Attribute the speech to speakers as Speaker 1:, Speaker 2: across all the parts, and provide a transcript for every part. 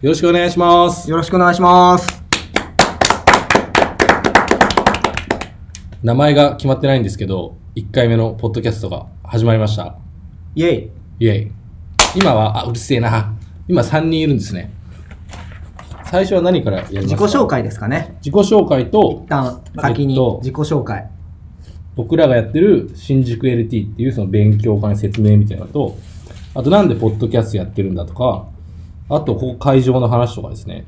Speaker 1: よろしくお願いします。
Speaker 2: よろしくお願いします。
Speaker 1: 名前が決まってないんですけど、1回目のポッドキャストが始まりました。
Speaker 2: イェイ。
Speaker 1: イェイ。今は、あ、うるせえな。今3人いるんですね。最初は何からやります
Speaker 2: 自己
Speaker 1: か
Speaker 2: 紹。介ですかね。
Speaker 1: 自己紹介と
Speaker 2: 一、旦先
Speaker 1: え
Speaker 2: に
Speaker 1: っと
Speaker 2: 自己紹介。
Speaker 1: 僕らがやってる新宿 LT っていうその勉強会の説明みたいなのと、あとなんでポッドキャストやってるんだとか、あとここ会場の話とかですね。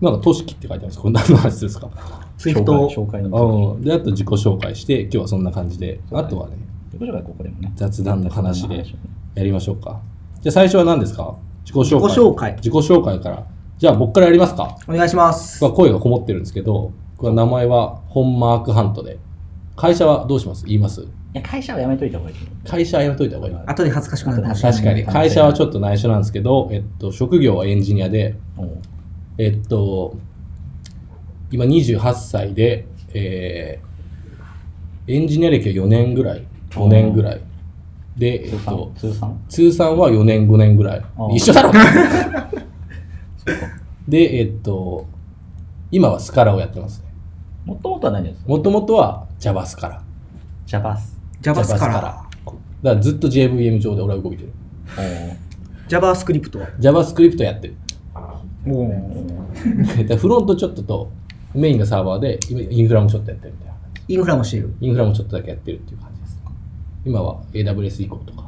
Speaker 1: なんか、としきって書いてあるんですこれ何の話ですか
Speaker 2: ツイート
Speaker 3: 紹介紹介の
Speaker 1: うん。で、あと自己紹介して、今日はそんな感じで、あとはね、
Speaker 3: 自己紹介ここでもね
Speaker 1: 雑談の話でやりましょうか。じゃあ最初は何ですか自己紹介。
Speaker 2: 自己紹介
Speaker 1: 自己紹介から。じゃあ僕からやりますか。
Speaker 2: お願いします
Speaker 1: 僕。は声がこもってるんですけど、僕は名前は本マークハントで。会社はどうします言います
Speaker 3: いや会社はやめといた方がいいと思
Speaker 1: 会社はやめといた方がいい。
Speaker 2: 後で恥ずかしくなる
Speaker 3: 後で
Speaker 1: 確かに。会社はち
Speaker 3: ょっ
Speaker 1: ょっと内緒なんですけど、えっと、職業はエンジニアで、
Speaker 3: と
Speaker 1: えっと、今28歳で、えーエンジニア歴は4年ぐらい、5年ぐらい。で、えっ
Speaker 3: 通
Speaker 1: と
Speaker 3: 算、通算
Speaker 1: 通算は4年5年ぐらい
Speaker 3: あ。ー
Speaker 1: 一緒 だろで、えっと、今はスカラをやってますね。
Speaker 3: もともとは何です
Speaker 1: もともとは Java スカラ。
Speaker 3: ジャバス
Speaker 2: Java スカラ。
Speaker 1: Java スカラだからずっと JVM 上で俺は動いてる。
Speaker 2: JavaScript。
Speaker 1: JavaScript やって る。
Speaker 2: おー
Speaker 1: だからフロントちょっととメインがサーバーで今インフラもちょっとやってるみたいな
Speaker 2: インフラもしている。
Speaker 1: インフラもちょっとだけやってるっていう感じです今は AWS 移行とか、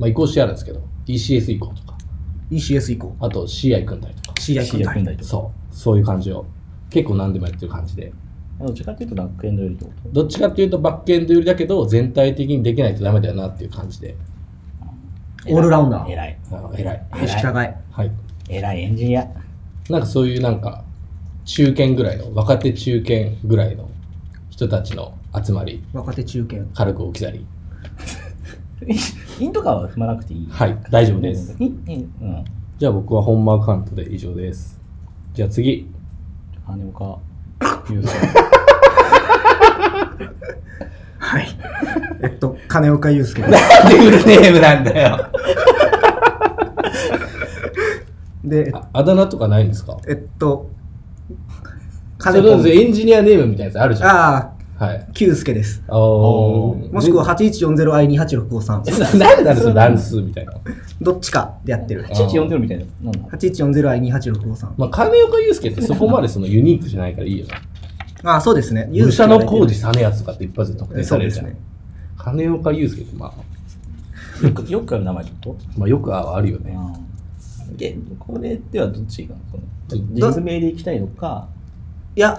Speaker 1: まあ、移行してあるんですけど ECS 移行とか
Speaker 2: ECS 以降。
Speaker 1: あと CI 組んだりとか
Speaker 2: CI 組んだり。
Speaker 3: りとか
Speaker 1: そうそういう感じを結構何でもやってる感じで
Speaker 3: どっちかっていうとバックエンドよりってこと
Speaker 1: どっちかっていうとバックエンドよりだけど全体的にできないとダメだよなっていう感じで
Speaker 2: オールラウンダー。
Speaker 3: 偉い
Speaker 1: あの偉い
Speaker 3: 偉
Speaker 2: 意識
Speaker 3: い
Speaker 2: 高い。
Speaker 1: はい
Speaker 3: 偉いエンジニア
Speaker 1: なんかそういうなんか中堅ぐらいの若手中堅ぐらいの人たちの集まり
Speaker 2: 若手中堅。
Speaker 1: 軽く置き去り
Speaker 3: インとかは踏まなくていい
Speaker 1: はい大丈夫です
Speaker 3: インインうん
Speaker 1: じゃあ僕は本マークハントで以上です。じゃあ次、
Speaker 3: 羽岡
Speaker 1: ゆうさ
Speaker 2: はい。 えっと、金岡祐介。
Speaker 1: ん。フルネームなんだよ。
Speaker 2: で、
Speaker 1: あだ名とかないんですか
Speaker 2: えっと、
Speaker 1: それ
Speaker 2: 金
Speaker 1: こ
Speaker 2: 子
Speaker 1: そ。エンジニアネームみたいなやつあるじゃん。
Speaker 2: あ
Speaker 1: はい。
Speaker 2: あ、祐介です。
Speaker 1: あお
Speaker 2: もしく は 8140i28653。
Speaker 1: は、なんだその乱数みたいな。
Speaker 2: どっちかでやってる。
Speaker 3: 父呼んでるみたいななんだ
Speaker 2: 8140i28653。
Speaker 1: まあ、金岡祐介ってそこまでそのユニークじゃないからいい よな。
Speaker 2: ああ、そうですね。
Speaker 1: 武者の工
Speaker 2: 事
Speaker 1: 事実やつとかって一発で特定
Speaker 2: そ
Speaker 1: さ
Speaker 2: う
Speaker 1: れ
Speaker 2: で
Speaker 1: るじ
Speaker 2: す
Speaker 1: ゃん。
Speaker 2: ね。
Speaker 1: 金岡祐介ってまあ、
Speaker 3: よくよくある名前ってこと
Speaker 1: まあよくあるよね。
Speaker 3: うんでこれではどっちがそ
Speaker 1: ど
Speaker 3: の実名でいきたいのか
Speaker 2: いや、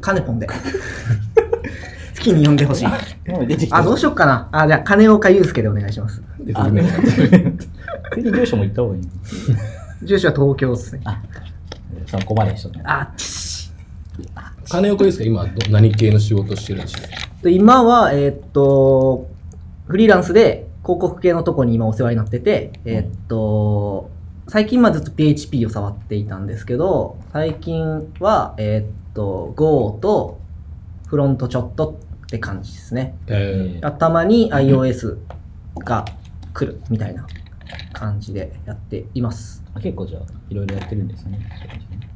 Speaker 2: カネポンで。好きに呼んでほしい。
Speaker 3: 今まで出てきた
Speaker 2: あ、どうしよっかな。あ、じゃあ、金岡祐介でお願いします。
Speaker 1: なんでフ
Speaker 3: あ
Speaker 1: ル
Speaker 3: で
Speaker 1: ネ
Speaker 3: も
Speaker 1: ームなんだよ
Speaker 3: それで住所も行った方がいいの
Speaker 2: 住所は東京ですね。
Speaker 3: 参考までしとね。
Speaker 2: あ、ち
Speaker 1: 金岡祐介今ど何系の仕事してるんでしょ
Speaker 2: ょっと今は、えーっと、フリーランスで広告系のとこに今お世話になってて、えーっと、最近までずっと PHP を触っていたんですけど、最近は、えーっと、Go とフロントちょっとって感じですね。
Speaker 1: えー、
Speaker 2: 頭に iOS が来るみたいな感じでやっています。
Speaker 3: あ結構じゃあ、いろいろやってるんですね。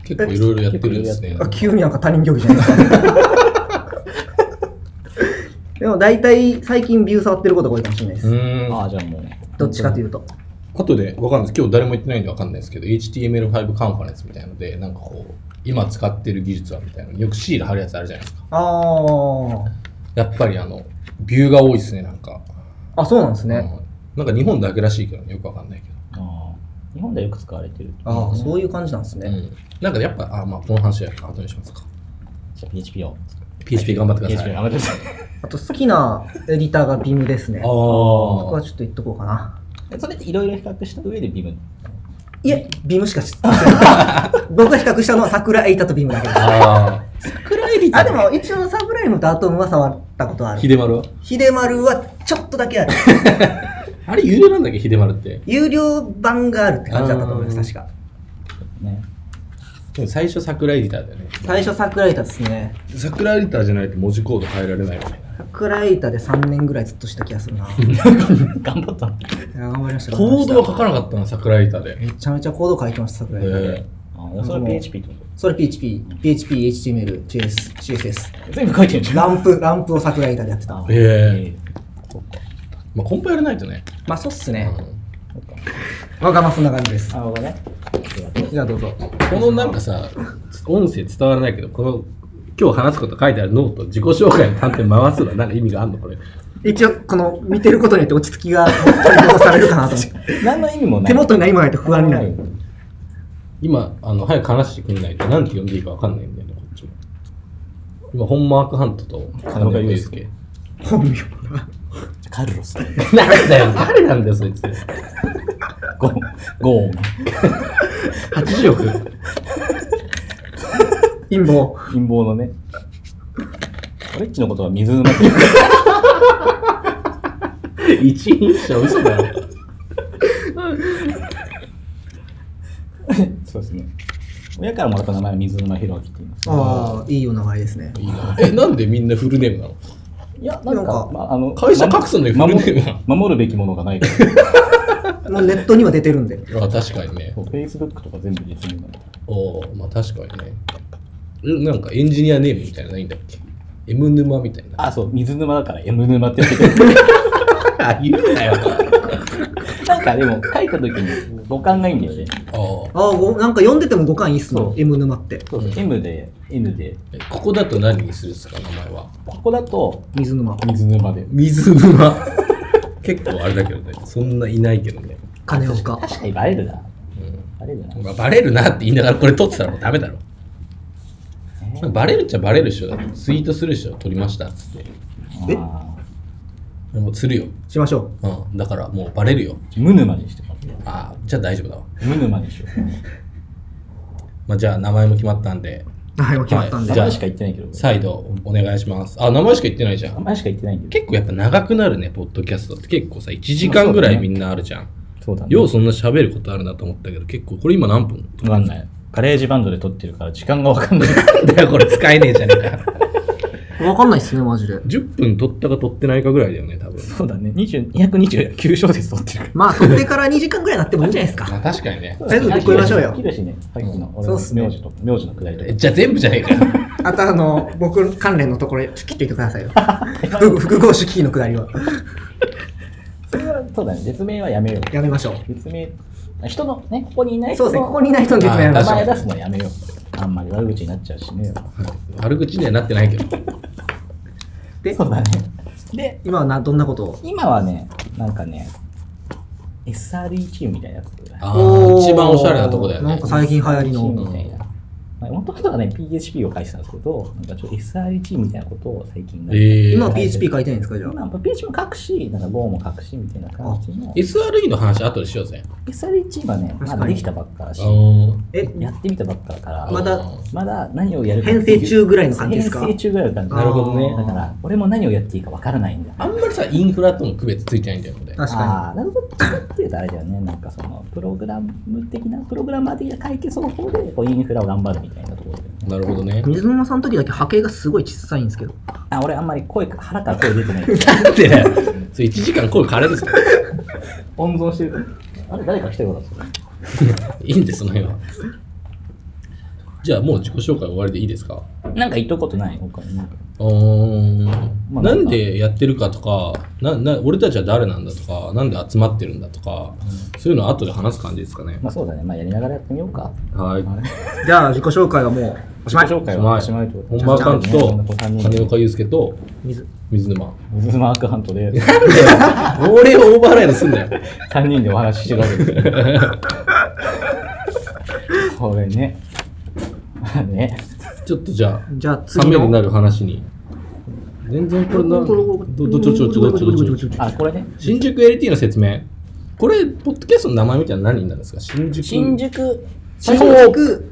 Speaker 1: 結構いろいろやってるんですね。
Speaker 2: あ急になんか他人行儀じゃないですか。 でも大体最近ビュー触ってることが多いかもしれないで
Speaker 1: う
Speaker 2: す。
Speaker 1: ーん。
Speaker 3: ああ、じゃあもう。。
Speaker 2: どっちかといううと。
Speaker 1: 後でわかんないです。今日誰も言ってないんでわかんないですけど、HTML5 カンファレンスみたいので、なんかこう、今使ってる技術はみたいなのよくシール貼るやつあるじゃないですか。
Speaker 2: あ
Speaker 1: やっぱりあの、ビューが多いですね、なんか。
Speaker 2: あ。あ、そうなんですね。
Speaker 1: うんなんか日本だけらしいけどね、よくわかんないけど。
Speaker 3: ああ日本ではよく使われてる。
Speaker 2: ああ、そ
Speaker 3: い
Speaker 2: い
Speaker 3: う
Speaker 2: う感じなんで
Speaker 1: う
Speaker 2: すね。
Speaker 1: ん。なんかやっぱ、あ、まあこの話は後にしますか。
Speaker 3: う。じゃあ PHP を。
Speaker 1: PHP 頑張ってくださ
Speaker 3: PHP
Speaker 1: い。あ
Speaker 3: 頑張ってください。
Speaker 2: あと好きなエディターが Vim ですね。ここは
Speaker 1: あ。
Speaker 2: ちょっと言っとこうかな。
Speaker 3: えそれっていろいろ比較した上で Vim。
Speaker 2: いえ、Vim しか知ってない。 僕が比較したのは桜エイタと Vim だけです。
Speaker 1: あ
Speaker 3: 桜エビ
Speaker 2: あ、でも一応サブライムとアトムは触ったことあ
Speaker 1: あ。
Speaker 2: る
Speaker 1: ひ。でまるは
Speaker 2: ひでまるはちょっとだけある。
Speaker 1: あれ、有料なんだっけ、ひでまるって。
Speaker 2: 有料版があるって感じだったと思います、確か。
Speaker 3: ね。
Speaker 1: でも最初、桜エディターだよね。
Speaker 2: 最初、桜井たですね。
Speaker 1: 桜エディターじゃないと文字コード変えられないみたいな。
Speaker 2: くらい板で3年ぐらいずっとした気がするな。い
Speaker 3: 頑張ったの
Speaker 2: や頑張りました。
Speaker 1: コードは書
Speaker 2: る。
Speaker 1: かなかったな、桜板で。
Speaker 2: めちゃめちゃコード書いてました、桜井板で。
Speaker 3: あそれは PHP ってこ
Speaker 2: それ PHP、PHP、HTML、JS、CSS。
Speaker 3: と全部書いてるじゃん
Speaker 2: ランプ、ランプを桜井板でやってた。
Speaker 3: あ
Speaker 1: え
Speaker 3: え
Speaker 1: まあ、コンパやらないとね。
Speaker 2: まあそうっす
Speaker 1: う
Speaker 2: ね。
Speaker 1: ん
Speaker 3: そっか
Speaker 2: わがまそんな感じです。
Speaker 3: あ、わかるね。
Speaker 2: じゃあどうぞ。
Speaker 1: このなんかさ、音声伝わらないけど、この、今日話すこと書いてあるノート、自己紹介の探偵回すのはなんか意味があんのこれ。
Speaker 2: 一応、この見てることによって落ち着きが取り戻されるか なと思って。
Speaker 3: 何の意味もない。
Speaker 2: 手元に何もないと不安になる。
Speaker 1: 今、あの、早く話してくんないと、なんて呼んでいいかわかんないんだよね、こっちも。今、本マークハントと金岡祐介。
Speaker 2: 本名
Speaker 3: カルロ ス。
Speaker 1: なんだよ、誰なんだよ、そいつ。
Speaker 3: ゴー、ゴー。
Speaker 1: 80億。
Speaker 2: 陰謀。
Speaker 3: 貧乏のね。俺っちのことは水沼って
Speaker 1: 一人称嘘だろ。
Speaker 3: そうですね。親からもらった名前は水沼弘明って言います。
Speaker 2: ああ、いいお名前ですね。
Speaker 1: いいな え、なんでみんなフルネームなの
Speaker 3: いや、なん
Speaker 2: なんか
Speaker 3: か、まあ、あの
Speaker 1: 会社隠すんだよ
Speaker 3: 守
Speaker 1: フルネームなの
Speaker 3: 守るべきものがないから。
Speaker 2: もうネットには出てるんで。
Speaker 1: あ確かにね。
Speaker 3: そう Facebook とか全部実名なの。
Speaker 1: おおまあ確かにね。んなんかエンジニアネームみたいなのないんだっけ ?M 沼みたいな。
Speaker 3: あ、そう、水沼だから M 沼って言ってて。
Speaker 1: あ、 言うなよ。
Speaker 3: なんかでも、書いた時に五感がいいんだよね。
Speaker 1: あー
Speaker 2: ああ、ごなんか読んでても五感いいっす
Speaker 3: そ
Speaker 2: ね
Speaker 3: う。
Speaker 2: M 沼って。
Speaker 3: そうそう、M で、N で。
Speaker 1: えここだと何にするんですか、名前は。
Speaker 3: ここだと、
Speaker 2: 水沼。
Speaker 3: 水沼で。
Speaker 1: 水沼。 結構あれだけどね。そんないないけどね。
Speaker 2: 金岡。
Speaker 3: 確かにバレるな。
Speaker 1: う
Speaker 3: バレるな。
Speaker 1: んまあ、バレるなって言いながらこれ撮ってたらもうダメだろ。バレるっちゃバレるっしょ。だってツイートするっしょ。撮りましたっつって。
Speaker 2: え
Speaker 3: あ
Speaker 1: でもするよ。
Speaker 2: しましょ
Speaker 1: うん。だからもうバレるよ。
Speaker 3: ー無沼にしてもらっ
Speaker 1: ああ、じゃあ大丈夫だわ。
Speaker 3: て。無沼にしよ
Speaker 1: まあ、じゃあ名前も決まったんで、
Speaker 2: う。はい、もう決まったん
Speaker 3: う。名
Speaker 2: で。
Speaker 1: じゃあ
Speaker 3: 前しか言ってないけど。
Speaker 1: 再度お願いします。あ、名前しか言ってないじゃん
Speaker 3: 名。前しか言ってないけど。
Speaker 1: 結構やっぱ長くなるね、ポッドキャストって結構さ、1時間ぐらいみんなあるじゃん。
Speaker 3: そうだね。
Speaker 1: ようそんな喋ることあるなと思ったけど、結構これ今何分
Speaker 3: わかんない。ガレージバンドで撮ってるから時間がわかん ない。
Speaker 1: なんだよ、これ使えねえじゃねえか。
Speaker 2: わかんないっすね、マジで。
Speaker 1: 10分撮ったか撮ってないかぐらいだよね、多分。
Speaker 3: そうだね。20 229小節撮ってるか
Speaker 2: まあ、取ってから2時間ぐらいになってもいいんじゃないです
Speaker 1: ま
Speaker 2: か。
Speaker 1: あ確かにね
Speaker 2: と
Speaker 3: ら。
Speaker 2: りあえずぶっ込みましょうよ
Speaker 3: きるしね、さっきの俺
Speaker 2: そう
Speaker 3: の
Speaker 2: っすね
Speaker 3: 名字と、名字のくだりと
Speaker 1: えじゃあ全部じゃねえかよ。
Speaker 2: あと、あの、僕関連のところ、切っていてくださいよ。複複合主キーのくだりは。
Speaker 3: それは、そうだね。説明はやめよう。
Speaker 2: やめましょう。
Speaker 3: 説明、人のね、ここにいない人
Speaker 2: そう
Speaker 3: の
Speaker 2: ですね、ここにいない人の説明やめ
Speaker 3: 名
Speaker 2: ましょう
Speaker 3: 前。出すのはやめよう。あんまり悪口になっちゃうしね。
Speaker 1: 悪口にはなってないけど。
Speaker 2: で
Speaker 3: そ、うだね。で、
Speaker 2: 今はなどんなことを
Speaker 3: 今はね、なんかね、SRE チームみたいなやつ。
Speaker 1: ああ、一番おしゃれなとこだよ
Speaker 2: な
Speaker 1: ね
Speaker 2: んか。最近流行り
Speaker 3: チーム
Speaker 2: の。
Speaker 3: みたいな。もともとはね、PHP を書いてたんですけど、なんかちょっと SRT みたいなことを最近、
Speaker 1: え
Speaker 2: 今
Speaker 1: ー
Speaker 2: は PHP 書いてないんですか、じゃあ。
Speaker 3: 今、PHP も書くし、なんか Go も書くしみたいな感じの。
Speaker 1: SRE の話後でしようぜ。
Speaker 3: SRT はね、
Speaker 2: 確か
Speaker 3: ま
Speaker 2: に
Speaker 3: だできたばっかだし
Speaker 1: あ、ー
Speaker 2: え、
Speaker 3: やってみたばっかだから、
Speaker 2: まだ
Speaker 3: まだ何をやるか。
Speaker 2: 編成中ぐらいの感じですか
Speaker 3: 編成中ぐらいの感じ。
Speaker 2: なるほどね
Speaker 3: だから、俺も何をやっていいかわからないんだよ。
Speaker 1: あんまりさ、インフラとの区別ついてないんだよ、これ。
Speaker 2: 確か
Speaker 3: ああ、なるほど。っていうとあれだよね。なんかその、プログラム的な、プログラマー的な解決方法で、こう、インフラを頑張るみたいなところだよね。
Speaker 1: なるほどね
Speaker 2: に。。水沼さんの時だけ波形がすごい小さいんですけど。
Speaker 3: あ、俺あんまり声か、腹から声出てない。
Speaker 1: なんでだよ。それ1時間声枯れるぞ。
Speaker 3: 温存してる。あれ、誰か来たようだった
Speaker 1: いいんです、その辺は。じゃあもう自己紹介終わりでいいですか
Speaker 3: なんか言っとくことない他になんか
Speaker 1: うーん
Speaker 3: まあ
Speaker 1: なんでやってるかとかなな俺たちは誰なんだとかなんで集まってるんだとか、そういうのは後で話す感じですかね
Speaker 3: まあそうだね。まあやりながらやってみようか。
Speaker 1: はい
Speaker 2: じゃあ、自己紹介はもうおしまい。
Speaker 3: 紹介
Speaker 1: は
Speaker 3: は
Speaker 1: お
Speaker 3: お
Speaker 1: し
Speaker 3: し
Speaker 1: ま
Speaker 3: ま
Speaker 1: い
Speaker 3: い
Speaker 1: 本間監督と 金岡祐介と
Speaker 2: 水。
Speaker 1: 水沼
Speaker 3: 水マークハントで
Speaker 1: 俺をオーバーライドすんだよ
Speaker 3: 3人でお話ししてるわけですよ。これね。まあね。
Speaker 1: ちょっとじゃ
Speaker 2: じゃあ、
Speaker 1: あサ
Speaker 2: 次
Speaker 1: メに
Speaker 2: の。
Speaker 1: なる話に全然これなどどどっちどっちどっちどっち
Speaker 3: あ、これね。
Speaker 1: 新宿 LT の説明これポッドキャストの名前みたいなの何になるんですか新宿
Speaker 3: 新宿、
Speaker 2: 新
Speaker 3: トーク
Speaker 2: 宿、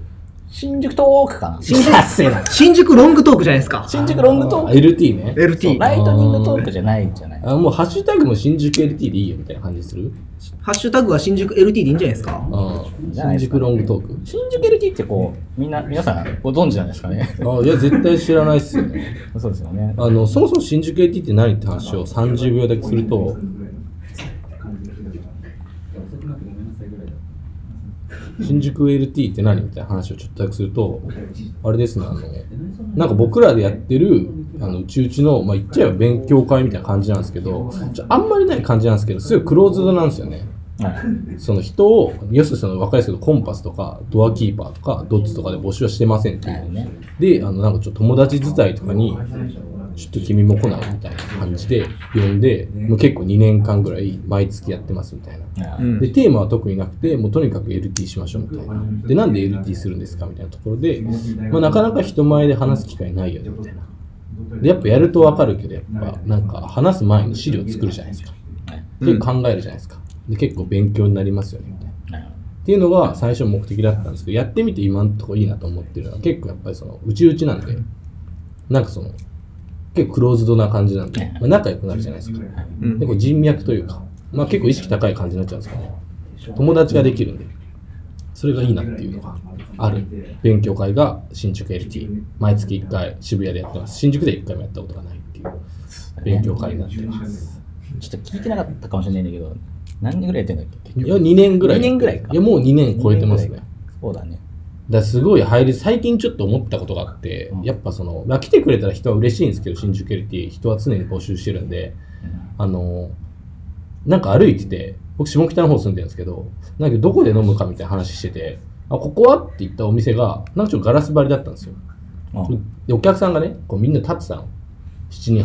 Speaker 3: 新宿トークかな。
Speaker 2: 新宿
Speaker 3: 達成だ
Speaker 2: 新宿ロングトークじゃないですか。
Speaker 3: 新宿ロングトーク。
Speaker 1: LT ね
Speaker 2: LT。
Speaker 3: ライトニングトークじゃないんじゃない
Speaker 1: あもうハッシュタグも新宿 LT でいいよみたいな感じする
Speaker 2: ハッシュタグは新宿 LT でいいんじゃないですか
Speaker 1: ああ
Speaker 3: じゃない
Speaker 1: 新
Speaker 3: ですか
Speaker 1: 宿
Speaker 3: ね、
Speaker 1: ロングトーク。
Speaker 3: 新宿 LT ってこう、みんな、皆さんご存知なんですかね。
Speaker 1: あいや、絶対知らないっすよね。
Speaker 3: そうですよね。
Speaker 1: あの、そもそも新宿 AT って何って話を30秒だけすると、新宿 LT って何みたいな話をちょっとだけすると、あれですね、あの、なんか僕らでやってる、あの、うちうちの、まあ、言っちゃえば勉強会みたいな感じなんですけど、ちょあんまりない感じなんですけど、すごいクローズドなんですよね。
Speaker 3: はい。
Speaker 1: その人を、要するにその若いですけど、コンパスとか、ドアキーパーとか、ドッツとかで募集はしてませんっていう。
Speaker 3: ね。
Speaker 1: で、あの、なんかちょっと友達伝いとかに、ちょっと君も来ないみたいな感じで呼んで、もう結構2年間ぐらい毎月やってますみたいな。
Speaker 2: うん
Speaker 1: で、テーマは特になくて、もうとにかく LT しましょうみたいな。で、なんで LT するんですかみたいなところで、まあ、なかなか人前で話す機会ないよねみたいな。で、やっぱやるとわかるけど、やっぱなんか話す前に資料作るじゃないですか。
Speaker 2: う
Speaker 1: で、
Speaker 2: ん
Speaker 1: 考えるじゃないですか。で、結構勉強になりますよねみたいな。っていうのが最初の目的だったんですけど、やってみて今んとこいいなと思ってるのは結構やっぱりその、うちうちなんで、なんかその、結構クローズドな感じなんで、まあ、仲良くなるじゃないですか。
Speaker 2: うん
Speaker 1: 結構人脈というか、まあ結構意識高い感じになっちゃうんですけど、ね、友達ができるんで、それがいいなっていうのがある勉強会が新宿 LT。毎月1回渋谷でやってます。新宿で1回もやったことがないっていう勉強会になってます。
Speaker 3: ちょっと聞いてなかったかもしれないんだけど、何年ぐらいやってんだっけ
Speaker 1: いや、2年ぐらい。
Speaker 3: 2年ぐらいか
Speaker 1: いや、もう2年超えてますね。。
Speaker 3: そうだね。
Speaker 1: だからすごい入り最近ちょっと思ったことがあって、
Speaker 3: うん
Speaker 1: やっぱその、まあ、来てくれたら人は嬉しいんですけど新宿 LT 人は常に募集してるんであのなんか歩いてて僕下北の方住んでるんですけどなんかどこで飲むかみたいな話しててあここはって言ったお店がなんかちょっとガラス張りだったんですよ
Speaker 3: うん
Speaker 1: でお客さんがねこうみんな立ってたの7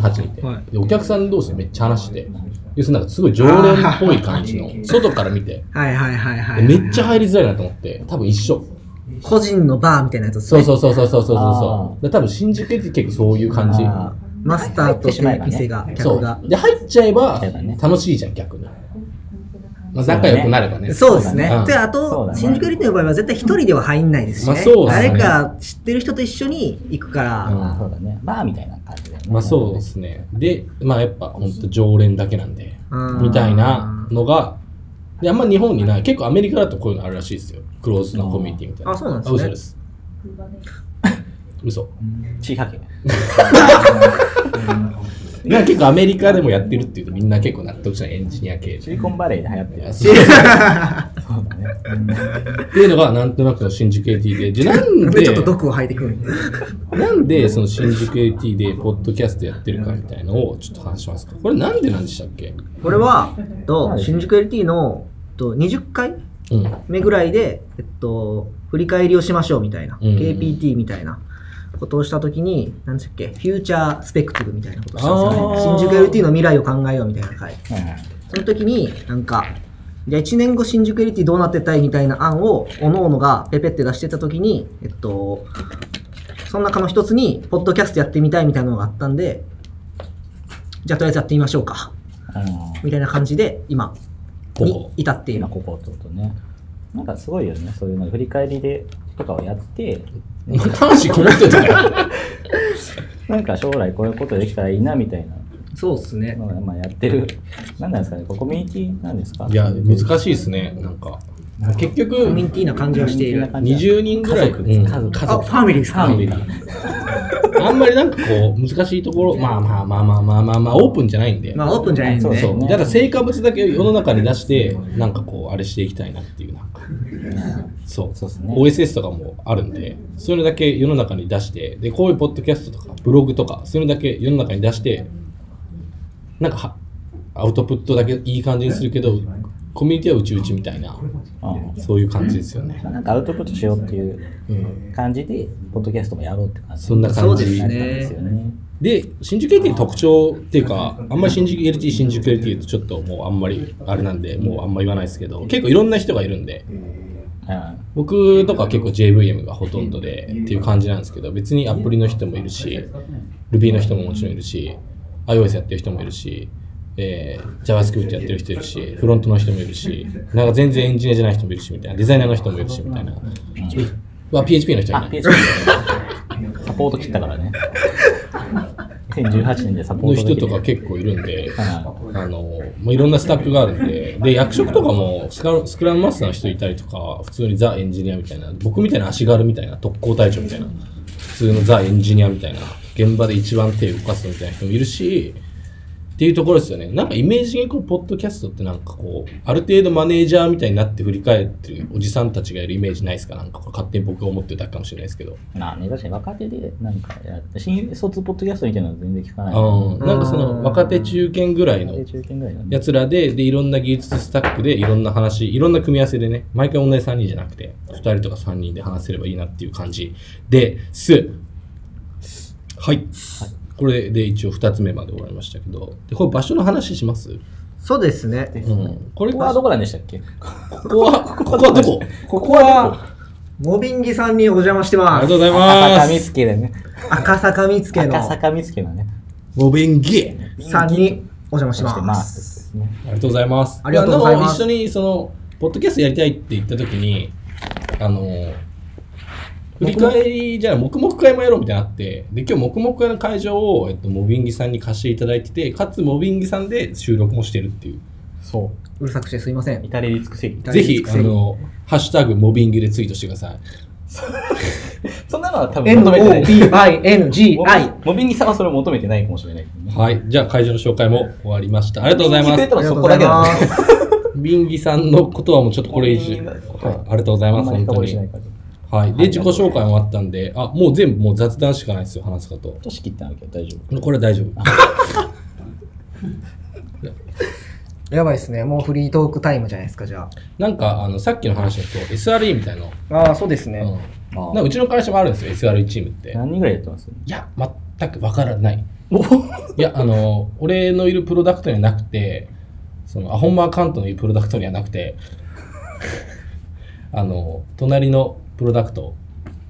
Speaker 1: 人8人いて、
Speaker 2: は
Speaker 1: でお客さん同士でめっちゃ話してて要するになんかすごい常連っぽい感じの外から見て
Speaker 2: はいはいはいは
Speaker 1: で
Speaker 2: い。
Speaker 1: めっちゃ入りづらいなと思って多分一緒
Speaker 2: 個人のバーみたいなやつです
Speaker 1: そう
Speaker 2: ね。
Speaker 1: そうそうそうそうそう
Speaker 3: あ
Speaker 1: そ
Speaker 3: ー
Speaker 1: う。で多分新宿駅って結構そういう感じ。
Speaker 3: あ
Speaker 2: マスターと店が、
Speaker 1: そ
Speaker 2: 客が
Speaker 1: う。。で入っちゃえば
Speaker 3: 入っちゃえばね
Speaker 1: 楽しいじゃん逆に。まあ、
Speaker 3: うだね
Speaker 1: 仲良くなればね。
Speaker 2: そうですね
Speaker 1: うん。
Speaker 2: で、あ
Speaker 3: そう
Speaker 2: と
Speaker 3: だ、ね
Speaker 2: 新宿リテの場合は絶対一人では入んないですし
Speaker 1: まあ
Speaker 2: ね
Speaker 1: そう。ですね
Speaker 2: 誰か知ってる人と一緒に行くから。
Speaker 3: ああ、そうだね。バーみたいな感じだよね。
Speaker 1: まあそうですね。で、まあやっぱ本当常連だけなんで
Speaker 2: うん
Speaker 1: みたいなのが。であんま日本にない結構アメリカだとこういうのあるらしいですよクローズのコミュニティみたいな
Speaker 2: あそうなんですね
Speaker 1: 嘘です嘘
Speaker 3: 地域派遣。
Speaker 1: なんか結構アメリカでもやってるっていうとみんな結構納得しないエンジニア系
Speaker 3: シリコンバレーで流行ってるやつ。
Speaker 1: そう
Speaker 3: そうだね。
Speaker 1: っていうのがなんとなくの新宿 AT でじゃあなん
Speaker 2: で、
Speaker 1: で
Speaker 2: ちょっと毒を吐いてくる。
Speaker 1: なんでその新宿 AT でポッドキャストやってるかみたいのをちょっと話しますか。これなんでなんでしたっけ
Speaker 2: これは、えっと
Speaker 3: はい
Speaker 2: 新宿 LT のえっと20回
Speaker 1: うん。
Speaker 2: 目ぐらいで、えっと、振り返りをしましょうみたいな、
Speaker 1: うん
Speaker 2: KPT みたいなことをしたときに、何でしたっけ、フューチャースペクティブみたいなことをしたんですよ
Speaker 1: あ
Speaker 2: ね。
Speaker 1: ー
Speaker 2: 新宿 LT の未来を考えようみたいな回。
Speaker 3: はいはい
Speaker 2: その時に、なんか、じゃあ1年後新宿 LT どうなってたいみたいな案を、おのおのがペペって出してた時に、えっと、その中の一つに、ポッドキャストやってみたいみたいなのがあったんで、じゃあとりあえずやってみましょうか。
Speaker 3: あの
Speaker 2: みたいな感じで、今、
Speaker 1: こ
Speaker 2: に
Speaker 1: こ。
Speaker 2: 至っている
Speaker 3: 今。ここってことね。なんかすごいよね。そういうの振り返りでとかをやって、
Speaker 1: 魂こもってたよ。
Speaker 3: なんか将来こういうことできたらいいなみたいな
Speaker 2: そうですね。
Speaker 3: のをまあやってる。なんなんですかね。これコミュニティなんですか
Speaker 1: いや、難しいですね。なんか。結局、
Speaker 2: コミュニティな感じはしている。
Speaker 1: 20人ぐらい。
Speaker 3: 家族です
Speaker 1: うん
Speaker 3: 家族
Speaker 1: 家
Speaker 2: あ、
Speaker 1: 族
Speaker 2: フ。ァミリーです
Speaker 1: ファ
Speaker 2: か
Speaker 1: ミリーあんまりなんかこう、難しいところ、まあまあまあまあまあまあまあ、オープンじゃないんで。
Speaker 2: まあ、オープンじゃないんで
Speaker 3: そう
Speaker 2: ね。
Speaker 3: そ
Speaker 1: そうう。だから成果物だけ世の中に出して、なんかこう、あれしていきたいなっていう、なんか。そう
Speaker 3: そうっすね
Speaker 1: OSS とかもあるんで、そういうのだけ世の中に出して、で、こういうポッドキャストとか、ブログとか、そういうのだけ世の中に出して、なんかは、アウトプットだけいい感じにするけど、コミュニティはうちうちみたいな、
Speaker 3: うん
Speaker 1: そういう感じですよね。
Speaker 3: なんかアウトプットしようっていう
Speaker 1: うん。
Speaker 3: 感じで、ポッドキャストもやろうって感じ
Speaker 1: そんな感じ
Speaker 2: そうです
Speaker 3: になっ
Speaker 2: ね
Speaker 3: たんですよね。
Speaker 1: で、新宿 LT の特徴っていうか、あんまり新宿 LT、新宿 LT とちょっともうあんまりあれなんで、もうあんま言わないですけど、結構いろんな人がいるんで、
Speaker 3: うん
Speaker 1: 僕とか結構 JVM がほとんどでっていう感じなんですけど別にアプリの人もいるし Ruby の人ももちろんいるし iOS やってる人もいるし、えー JavaScript やってる人いるしフロントの人もいるしなんか全然エンジニアじゃない人もいるしみたいなデザイナーの人もいるしみたいな、まあ、PHP の人はいな、
Speaker 3: あ
Speaker 1: い
Speaker 3: PHP サポート切ったからね。 2018年でサポ
Speaker 1: の
Speaker 3: ートで
Speaker 1: 人
Speaker 3: きて
Speaker 1: とか結構いるんで、
Speaker 3: は
Speaker 1: あの、まあ、いろんなスタッフがあるんで、で、役職とかもスカスクラムマスターの人いたりとか、普通にザ・エンジニアみたいな、僕みたいな足軽みたいな、特攻隊長みたいな、普通のザ・エンジニアみたいな、現場で一番手を動かすみたいな人もいるし、っていうところですよね。なんかイメージにこう、ポッドキャストってなんかこう、ある程度マネージャーみたいになって振り返ってるおじさんたちがいるイメージないですかなんかこれ勝手に僕が思ってるだけかもしれないですけど。
Speaker 3: いまあね、確かに若手で、なんかやって、新卒ポッドキャストみたいなの全然聞かない。
Speaker 1: うん。なんかその若手中堅ぐらいの
Speaker 3: で中堅ぐらいなんで。
Speaker 1: やつらででいろんな技術スタックでいろんな話いろんな組み合わせでね毎回同じ3人じゃなくて2人とか3人で話せればいいなっていう感じですはいこれで一応2つ目まで終わりましたけどでこれ場所の話します、
Speaker 2: そうですね。
Speaker 1: うん、これ
Speaker 3: ここはどこなんでしたっけ
Speaker 1: ここはここはどこ
Speaker 2: ここは、モビンギさんにお邪魔して
Speaker 1: あ
Speaker 2: ま
Speaker 1: りが
Speaker 2: す
Speaker 1: とう。ござい
Speaker 3: 赤
Speaker 1: ま
Speaker 3: 坂見
Speaker 1: す
Speaker 3: 附でね。
Speaker 2: 赤坂見附の
Speaker 3: 赤坂見附のね。
Speaker 1: ボベンゲ
Speaker 2: さんにお邪魔し
Speaker 3: してま
Speaker 2: ます。
Speaker 3: す。ね
Speaker 1: ありがとうございます
Speaker 2: ありがとうございます
Speaker 1: あの一緒にそのポッドキャストやりたいって言った時にあの振り返りじゃあ黙々会もやろうみたいになってで今日黙々会の会場を、えっと、モビンギさんに貸していただいててかつモビンギさんで収録もしてるっていう
Speaker 3: そう
Speaker 2: るさくしてすいませ
Speaker 3: う。
Speaker 2: ん。
Speaker 3: 至れり尽くせり。
Speaker 2: 大
Speaker 1: ぜ
Speaker 2: 変尽
Speaker 1: ひ
Speaker 2: く
Speaker 1: あ
Speaker 2: せり
Speaker 1: の「ハッシュタグモビンギ」でツイートしてください
Speaker 3: そんなのは多分求めてない。モビ
Speaker 2: NOBINGI。
Speaker 3: モビンギさんはそれを求めてないかもしれないけどね。
Speaker 1: はいじゃあ会場の紹介も終わりましたありがとうござい
Speaker 3: モ
Speaker 1: ま
Speaker 3: ビン
Speaker 1: す
Speaker 3: ギ増えたらそこだけだね。
Speaker 1: ビンギさんのことはもうちょっとこれ以上、
Speaker 3: モビンギのこと
Speaker 1: はい、ありがとうござい
Speaker 3: あ
Speaker 1: ま
Speaker 3: ん
Speaker 1: す
Speaker 3: まり
Speaker 1: 本
Speaker 3: 深
Speaker 1: 当
Speaker 3: 掘りし
Speaker 1: に
Speaker 3: ないから。
Speaker 1: はい。で、自己紹介もあったんで、あ、もう全部もう雑談しかないですよ、話すこと。
Speaker 3: 年切ったわけど大丈夫。
Speaker 1: これは大丈夫。
Speaker 2: やばいですね。もうフリートークタイムじゃないですか、じゃ
Speaker 1: なんか、あの、さっきの話だと、SRE みたいなの、
Speaker 2: あ。ああ、そうですね。
Speaker 1: うんなんかうちの会社もあるんですよ、SRE チームって。
Speaker 3: 何人ぐらいやってます
Speaker 1: いや、全くわからない。いや、あの、俺のいるプロダクトにはなくて、その、アホンマーカントのいるプロダクトにはなくて、 あの、隣のプロダクト、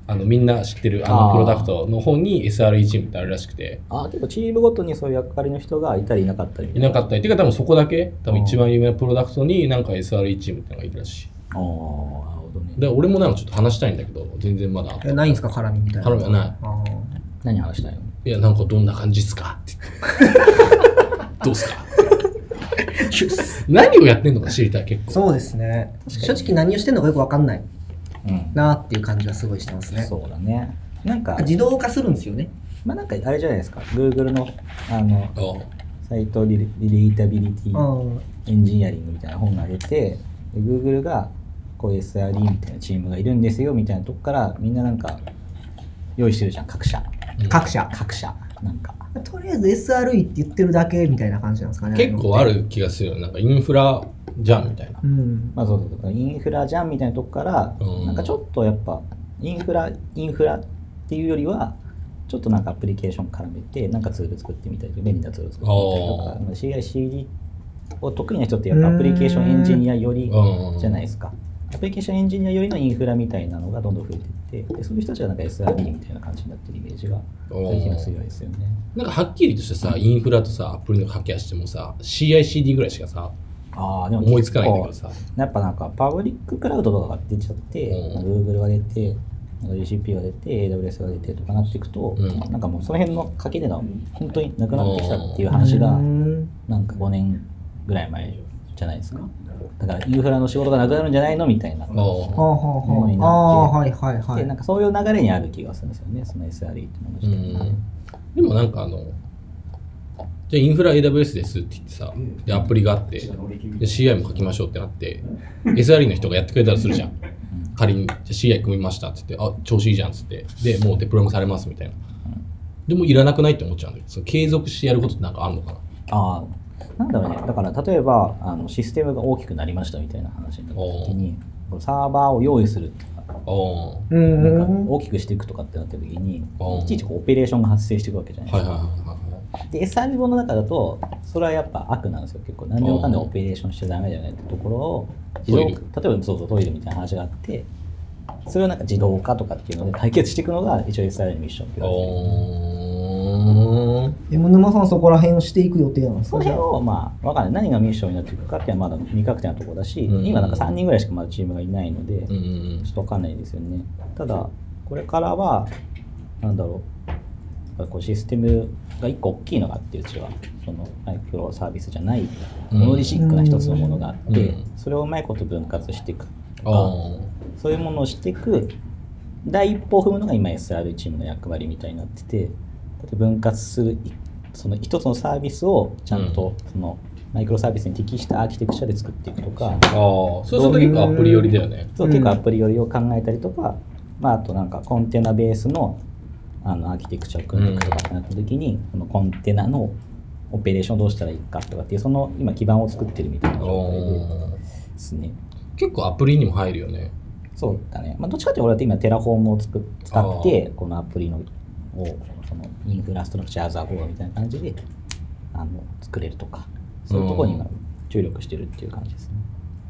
Speaker 1: あの、みんな知ってるあ
Speaker 3: あ
Speaker 1: の
Speaker 3: ー
Speaker 1: プロダクトの方に SRE チームってあるらしくて、
Speaker 3: あ結構チームごとにそういう役割の人がいたりいなかったり
Speaker 1: いなかったり、てか多分そこだけ、多分一番有名なプロダクトになんか SRE チームってのがいるらしい。
Speaker 3: ああなるほどね
Speaker 1: で、俺もなんかちょっと話したいんだけど、全然まだ。
Speaker 2: えないんですか、絡みみたいな。
Speaker 1: 絡みはない
Speaker 2: あ
Speaker 3: 何話したいの
Speaker 1: いや、なんかどんな感じっす かって言ってどうっすか何をやってんのか知りたい、結
Speaker 2: あ
Speaker 1: 構。
Speaker 2: そうですね。正直何をしてんのかよくわかんない
Speaker 3: うん
Speaker 2: なっていう感じはすごいしてますね。
Speaker 3: そうだねなんか
Speaker 2: 自動化するんですよね。
Speaker 3: まあなんかあれじゃないですか Google のあの
Speaker 1: あ
Speaker 3: サイトリレータビリティ
Speaker 2: うん。
Speaker 3: エンジニアリングみたいな本が出てで Google がこういう SRE みたいなチームがいるんですよみたいなとこからみんななんか用意してるじゃん各社
Speaker 1: うん
Speaker 2: 各社。
Speaker 3: 各社なんか
Speaker 2: とりあえず SRE って言ってるだけみたいな感じなんですかね。
Speaker 1: 結構あ。る気がするよ。なんかインフラじゃんみたいな。
Speaker 2: うん。
Speaker 3: まあそうそうそうインフラじゃんみたいなとこから、
Speaker 1: うん
Speaker 3: なんかちょっとやっぱインフラインフラっていうよりはちょっとなんかアプリケーション絡めてなんかツール作ってみたりとか便利なツール作ってみたりとか
Speaker 1: あー
Speaker 3: まあ CICD を得意な人ってやっぱアプリケーションエンジニアより
Speaker 1: うん。
Speaker 3: じゃないですかアプリケーションエンジニアよりのインフラみたいなのがどんどん増えていってでそういう人たちがなんか SRE みたいな感じになってるイメージが最近は強いですよね
Speaker 1: なんかはっきりとしたさ、インフラとさ、アプリの掛け足してもさ、CICD ぐらいしかさ、
Speaker 3: ああでも
Speaker 1: 思いつかないんだけどさ。
Speaker 3: やっぱなんかパブリッククラウドとかが出ちゃって、
Speaker 1: うん
Speaker 3: グ Google が出て、なんか GCP が出て、AWS が出てとかなっていくと、
Speaker 1: うん
Speaker 3: なんかもうその辺の掛け値が本当になくなってきたっていう話が、
Speaker 2: うん
Speaker 3: なんか5年ぐらい前じゃないですか。だからインフラの仕事がなくなるんじゃないのみたいな。
Speaker 1: あー
Speaker 2: はあはあはあ。ああ、はいはいは
Speaker 3: で
Speaker 2: い
Speaker 3: なん。かそういう流れにある気がするんですよね、その SRE っていうのが
Speaker 1: う。んでもなんかあの、じゃあインフラ AWS ですって言ってさ、でアプリがあって、で CI も書きましょうってなって、SRE の人がやってくれたらするじゃん。仮に、じゃあ CI 組みましたって言って、あ、調子いいじゃんっつって、で、もうデプロイもされますみたいな。でもいらなくないって思っちゃうんだけど、その継続してやることってなんかあるのかな
Speaker 3: ああなんだろうねだから例えばあのシステムが大きくなりましたみたいな話になった時にこうサーバーを用意するとか
Speaker 1: ああ。は
Speaker 2: うん
Speaker 3: なんか大きくしていくとかってなった時に
Speaker 1: うん
Speaker 3: いちいちこうオペレーションが発生していくわけじゃない
Speaker 1: いは
Speaker 3: で
Speaker 1: い
Speaker 3: す
Speaker 1: はい
Speaker 3: か、
Speaker 1: はい。
Speaker 3: で SRE の中だとそれはやっぱ悪なんですよ結構何でもかんでもオペレーションしちゃダメだよねってところを自動
Speaker 1: トイ
Speaker 3: 例
Speaker 1: レ
Speaker 3: えばそうそうトイレみたいな話があってそれをなんか自動化とかっていうので解決していくのが一応 SRE のミッションっていう
Speaker 1: あ
Speaker 3: か
Speaker 1: ー
Speaker 2: M 沼さんそこら辺をしていく予定なんです
Speaker 3: そ
Speaker 2: かじ
Speaker 3: の
Speaker 2: ゃ
Speaker 3: 辺を、まあ、わかんない。何がミッションになっていくかっていうのはまだ未確定なところだし、
Speaker 1: うん
Speaker 3: 今なんか3人ぐらいしかまだチームがいないので、
Speaker 1: う
Speaker 3: ちょ
Speaker 1: ん
Speaker 3: っとわかんないですよね。ただ、これからは、なんだろう。ぱこうシステムが一個大きいのがあってうちはそのマイクロサービスじゃない
Speaker 1: うん
Speaker 3: モノリシックな一つのものがあって、
Speaker 1: うん
Speaker 3: それをうまいこと分割していく
Speaker 1: ああ
Speaker 3: そういうものをしていく第一歩を踏むのが今 SR チームの役割みたいになってて分割するいその一つのサービスをちゃんとそのマイクロサービスに適したアーキテクチャで作っていくとか、
Speaker 1: ああそうすると結構アプリ寄りだよね
Speaker 3: そう
Speaker 4: うん
Speaker 3: 結構アプリ寄りを考えたりとか、まあ、あとなんかコンテナベースのあのアーキテクチャを組んでいくとかってなった時に、このコンテナのオペレーションをどうしたらいいかとかっていうその今基盤を作ってるみたいな状態で
Speaker 1: おー
Speaker 3: すね。
Speaker 1: 結構アプリにも入るよね
Speaker 3: そうだね、まあ、どっちかっていうと俺は今テラフォームを作っ使っ
Speaker 1: あ
Speaker 3: てこのアプリのをそのインフラストラクチャーアザーフォーみたいな感じであの作れるとかそういうところに今注力してるっていう感じですね。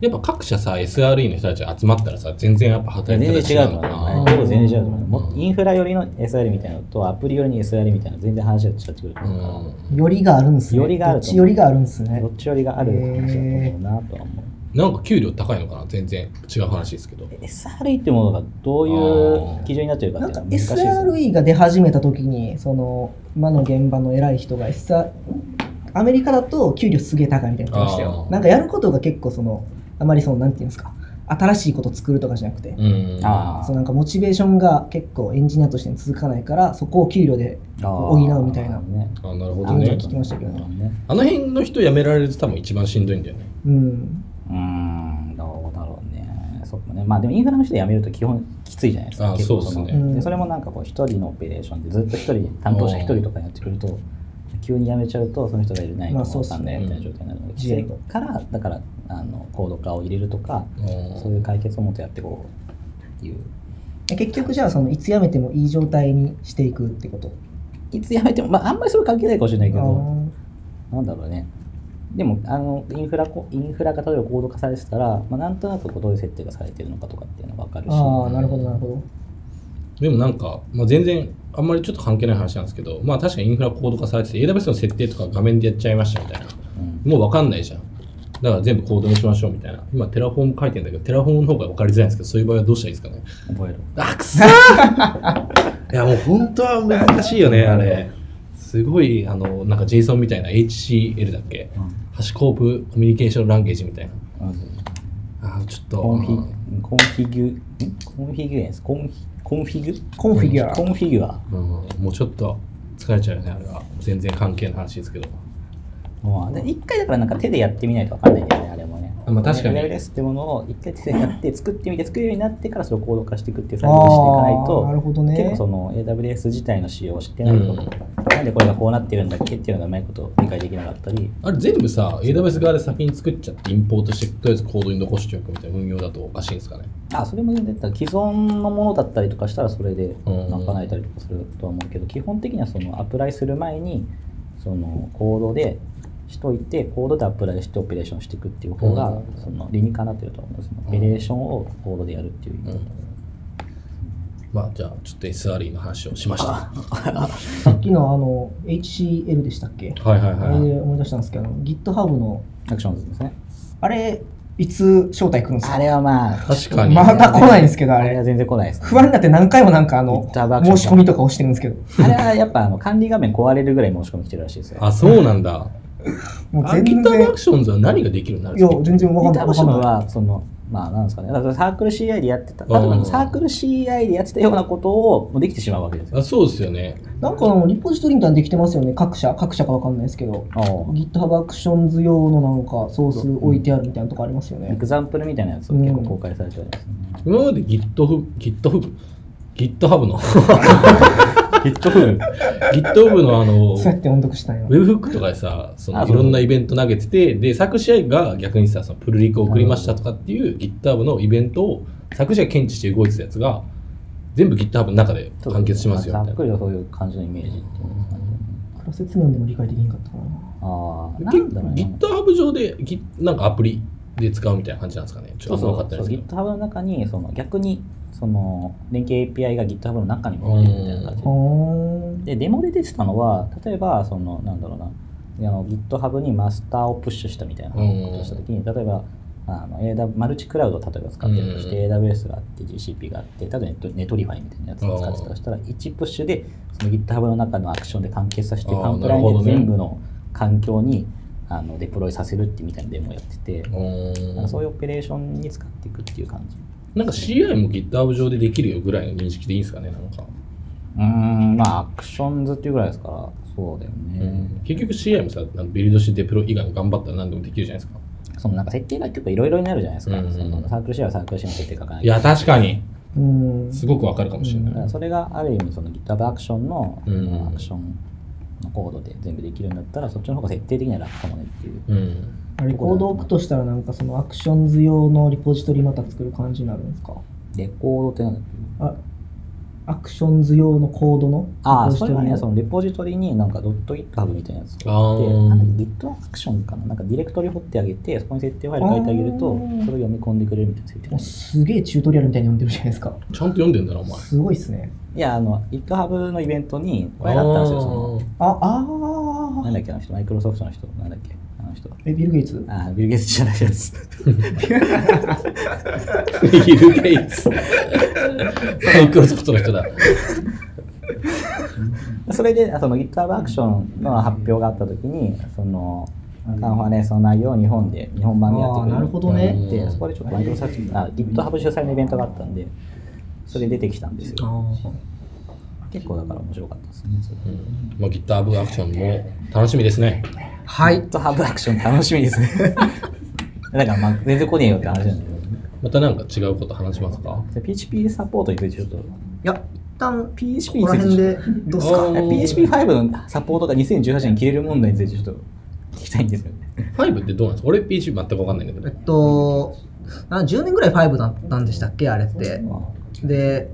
Speaker 1: やっぱ各社さ SRE の人たちが集まったらさ全然やっぱ
Speaker 3: 全
Speaker 1: 働き方
Speaker 3: 然違うと
Speaker 1: の
Speaker 3: 思
Speaker 1: か
Speaker 3: う
Speaker 1: な
Speaker 4: ね
Speaker 3: よ。僕全然違うと思うよ。も
Speaker 1: うん
Speaker 3: インフラ寄りの SR みたいなのと、アプリ寄りに SR みたいなの全然話が違ってくると
Speaker 1: う
Speaker 3: 思うか
Speaker 1: ん
Speaker 2: よりがあるんですね。
Speaker 3: よりがある
Speaker 2: どっちよりがあるんですね
Speaker 3: ら、ど。っち寄りがある話だと思うなとは思う。
Speaker 1: なんか給料高いのかな全然違う話ですけど
Speaker 3: SRE ってものがどういう基準になってるかっ
Speaker 2: な
Speaker 3: て
Speaker 2: ん
Speaker 3: い
Speaker 2: か
Speaker 3: うのは難しいですよね。
Speaker 2: SRE が出始めた時にその今の現場の偉い人が SR アメリカだと給料すげえ高いみたいな言ってましたよ
Speaker 1: あー
Speaker 2: なんかやることが結構そのあまりそのなんていうんですか新しいこと作るとかじゃなくて、
Speaker 1: うん
Speaker 3: あ
Speaker 2: そうなんかモチベーションが結構エンジニアとして続かないからそこを給料で
Speaker 3: あ
Speaker 2: 補うみたいな
Speaker 3: ね。
Speaker 1: あなるほ
Speaker 2: あ
Speaker 1: ど
Speaker 2: の
Speaker 1: ね
Speaker 2: 聞きましたけどね
Speaker 3: ね。
Speaker 1: あの辺の人辞められると多分一番しんどいんだよね
Speaker 2: うん
Speaker 3: うーん、どうだろうね。そうかね。まあでもインフラの人で辞めると基本きついじゃないですか。
Speaker 1: あ
Speaker 3: 結構
Speaker 1: そう
Speaker 3: の
Speaker 1: です
Speaker 2: ね
Speaker 3: でそれもなんかこう一人のオペレーションでずっと一人、担当者一人とかになってくると、急に辞めちゃうとその人がいるない
Speaker 2: ま
Speaker 3: と
Speaker 2: あそうっす
Speaker 3: かん
Speaker 2: ね
Speaker 3: ないみたいな状態になるので、
Speaker 2: 自営
Speaker 3: 規制から、だからあのコード化を入れるとか、
Speaker 1: うん
Speaker 3: そういう解決をもっとやっていこうっていう。
Speaker 2: 結局じゃあそのいつ辞めてもいい状態にしていくってこと
Speaker 3: いつ辞めても、まああんまりそれ関係ないかもしれないけ
Speaker 2: あ
Speaker 3: ど、
Speaker 2: ー
Speaker 3: なんだろうね。でもあのインフラこインフラが例えばコード化されてたら、まあ、なんとなくこうどういう設定がされてるのかとかっていうのが分かるし。
Speaker 2: あーなるほどなるほど
Speaker 1: でもなんか、まあ、全然あんまりちょっと関係ない話なんですけどまあ確かにインフラコード化されてて AWS の設定とか画面でやっちゃいましたみたいな
Speaker 3: うん
Speaker 1: もう分かんないじゃんだから全部コードにしましょうみたいな今テラフォーム書いてんだけどテラフォームの方が分かりづらいんですけどそういう場合はどうしたらいいですかね
Speaker 3: 覚えろ。
Speaker 1: あくそー いやもう本当は難しいよねあれすごいあのなんか JSON みたいな HCL だっけハシコープコミュニケーションランゲージみたいなあーちょっと
Speaker 3: コンフ
Speaker 1: うん
Speaker 3: ィコンフィギュんコンフィギュエンスコンフィコンフィギュ
Speaker 2: コンフィギュア
Speaker 3: コンフィギュア
Speaker 1: うん、もうちょっと疲れちゃうよねあれは全然関係ない話ですけど
Speaker 3: まあで一回だからなんか手でやってみないとわかんないんだよねあれもね。
Speaker 1: まあ確かに
Speaker 3: レベルスってものを一回手でやって作ってみて作るようになってからそれをコード化していくっていう作業をしていかない
Speaker 2: あーなる
Speaker 3: と。
Speaker 2: ほどね
Speaker 3: 結構その AWS 自体の仕様を知ってないと、
Speaker 1: うん
Speaker 3: なんでこれがこうなってるんだっけっていうのがうまいこと理解できなかったり、
Speaker 1: あれ全部さ AWS 側で先に作っちゃってインポートしてとりあえずコードに残しておくみたいな運用だとおかしいんですかね
Speaker 3: あそれも全然だった既存のものだったりとかしたらそれで
Speaker 1: うん
Speaker 3: 賄えたりとかするとは思うけど、基本的にはそのアプライする前にそのコードでしといてコードでアプライしてオペレーションしていくっていう方が
Speaker 1: うん
Speaker 3: その理にかなってると思うんですよオペレーションをコードでやるっていう意味
Speaker 1: う
Speaker 3: で、
Speaker 1: んまあじゃあちょっと SRE の話をしましたは
Speaker 2: さっきのあの HCL でしたっけ
Speaker 1: いはい
Speaker 2: あ
Speaker 1: は
Speaker 2: れ
Speaker 1: い、はい、
Speaker 2: で思い出したんですけどあの GitHub の
Speaker 3: アクションズですね
Speaker 2: あれいつ招待来るんです
Speaker 3: あ
Speaker 2: か
Speaker 3: れはまあ
Speaker 1: 確かに、
Speaker 2: また来ないんですけどあ
Speaker 3: あれは
Speaker 2: れ
Speaker 3: 全然来ないですね
Speaker 2: 不安になって何回もなんかあの
Speaker 3: GitHub アクション
Speaker 2: 申し込みとか押してるんですけど
Speaker 3: あれはやっぱあの管理画面壊れるぐらい申し込み来てるらし いですよ
Speaker 1: あそうなんだ
Speaker 2: もう
Speaker 1: あ
Speaker 2: 全
Speaker 1: GitHub ア
Speaker 2: 然
Speaker 1: クションズは何ができるようになるん
Speaker 2: い
Speaker 1: です
Speaker 2: や
Speaker 1: か
Speaker 2: 全然わかん
Speaker 3: 板
Speaker 2: ない
Speaker 3: 橋
Speaker 2: わかん
Speaker 3: の
Speaker 2: ない
Speaker 3: はそのまあなんですかねだからサークル CI でやってた
Speaker 1: うん
Speaker 3: 例えばサークル CI でやってたようなことをもうできてしまうわけですよ。
Speaker 1: あそうですよね
Speaker 2: なんかあのリポジトリみたいにできてますよね各社各社かわかんないですけど GitHub アクションズ用のなんかソース置いてあるみたいなとこありますよ
Speaker 3: エ
Speaker 2: ね
Speaker 3: クザンプルみたいなやつを結構公開されてるんですよね。
Speaker 1: 今まで GitHub GitHub GitHub の
Speaker 3: GitHub
Speaker 1: GitHub のあ の
Speaker 2: そうやって音読したんや
Speaker 1: ウェブフックとかでさ、そ
Speaker 3: あ
Speaker 1: のい
Speaker 3: そうそう
Speaker 1: ろんなイベント投げてて、で、作詞合が逆にさ、そのプルリクを送りましたとかっていう GitHub のイベントを作詞が検知して動いてたやつが、全部 GitHub の中で完結しますよみ
Speaker 3: ざ
Speaker 1: た
Speaker 3: っ
Speaker 1: い
Speaker 3: く
Speaker 1: な。
Speaker 3: りとそういう感じのイメージっていう感じ。
Speaker 2: 黒説明でも理解できなかったかな
Speaker 3: ああ、な
Speaker 1: ぎ
Speaker 3: んだろうね。
Speaker 1: GitHub 上で、ぎなんかアプリで使うみたいな感じなんですかね。ちょ
Speaker 3: そう
Speaker 1: っと
Speaker 3: そ
Speaker 1: 分かっ
Speaker 3: う
Speaker 1: た
Speaker 3: そ
Speaker 1: で
Speaker 3: う
Speaker 1: すけど。
Speaker 3: GitHub の中にその逆にその連携 API が GitHub の中にも入ってるみたいな感じで
Speaker 2: あー
Speaker 3: でデモで出てたのは例えばそのなんだろうなあの GitHub にマスターをプッシュしたみたいなことをした時に、例えばあの AW マルチクラウドを例えば使ってるとして、AWS があって GCP があってただネットネトリファイみたいなやつを使ってたとしたら1プッシュでその GitHub の中のアクションで完結させ
Speaker 1: あ
Speaker 3: て
Speaker 1: ー
Speaker 3: カンプライ
Speaker 1: なる
Speaker 3: ン
Speaker 1: ほど
Speaker 3: で
Speaker 1: ね
Speaker 3: 全部の環境にあのデプロイさせるってみたいなデモをやってて、なんかそういうオペレーションに使っていくっていう感じ
Speaker 1: なんか CI も GitHub 上でできるよぐらいの認識でいいんですかね、なんか。
Speaker 3: うーんまあアクションズっていうぐらいですからそうだよね、
Speaker 1: 結局 CI もさ、あのビルドしてデプロ以外も頑張ったら何でもできるじゃないですか。
Speaker 3: そのなんか設定が結構いろいろになるじゃないですか、
Speaker 1: うん
Speaker 3: そのサークルシェアはサークルシェアの設定書かない
Speaker 1: いや、確かに。
Speaker 5: うん。
Speaker 1: すごくわかるかもしれ
Speaker 3: だか
Speaker 1: ない。
Speaker 3: らそれがある意味その GitHub アクションの、
Speaker 1: うん
Speaker 3: アクションのコードで全部できるんだったらそっちの方が設定的には楽かもねっていう
Speaker 1: うん。
Speaker 5: あれ、コード置くとしたら、なんかそのアクションズ用のリポジトリまた作る感じになるんですか
Speaker 3: レコードってなんだっけ
Speaker 5: あアクションズ用のコードの
Speaker 3: ああ
Speaker 5: リポ
Speaker 3: そ
Speaker 5: ジ
Speaker 3: れ
Speaker 5: ト
Speaker 3: は
Speaker 5: リ
Speaker 3: ね
Speaker 5: の
Speaker 3: そのレポジトリになんか .github みたいなやつ
Speaker 1: あ
Speaker 3: を
Speaker 1: ー
Speaker 3: なんだっけ Git アクションかななんかディレクトリ掘ってあげてそこに設定ファイル書いてあげる
Speaker 5: あ
Speaker 3: と
Speaker 5: ー
Speaker 3: それを読み込んでくれるみたいな設定なん
Speaker 5: お
Speaker 3: です
Speaker 5: すげえチュートリアルみたいに読んでるじゃないですか。
Speaker 1: ちゃんと読んでんだな、お前。
Speaker 5: すごいっすね。
Speaker 3: いやあの GitHub のイベントにこれがあったんですよ その
Speaker 5: あ、あ
Speaker 3: な
Speaker 5: ー
Speaker 3: んだっけあの人マイクロソフトの人なんだっけあの人
Speaker 5: え、ビル・ゲイツ
Speaker 3: あービル・ゲイツじゃないやつ
Speaker 1: ビル・ゲイツ。マイクロソフトの人だ。
Speaker 3: それであその GitHub アクションの発表があった時にそのカンファレンスの内容を日本で日本版でやってく
Speaker 5: あーなるほど
Speaker 1: ね
Speaker 3: でそこでちょっとマイクロソフトあ GitHub 主催のイベントがあったんでそれ出てきたんですよ結構だから面白かったですねそれ
Speaker 1: うんまあ、GitHub アクションも楽しみですね。
Speaker 2: はい。
Speaker 3: GitHub アクション楽しみですね だからまあ全然来ねえよって話なんだけど
Speaker 1: またなんか違うこと話しますか
Speaker 3: じゃあ PHP サポートについてちょっと
Speaker 2: いや、一旦、
Speaker 3: PHP
Speaker 2: ここら辺で、どうっすか
Speaker 1: あー
Speaker 3: PHP5 のサポートが2018年に切れる問題についてちょっと聞きたいんですよね
Speaker 1: 5ってどうなんですか俺 PHP 全くわかんないんだけど。
Speaker 2: えっと、な10年ぐらい5だったんでしたっけあれって。で、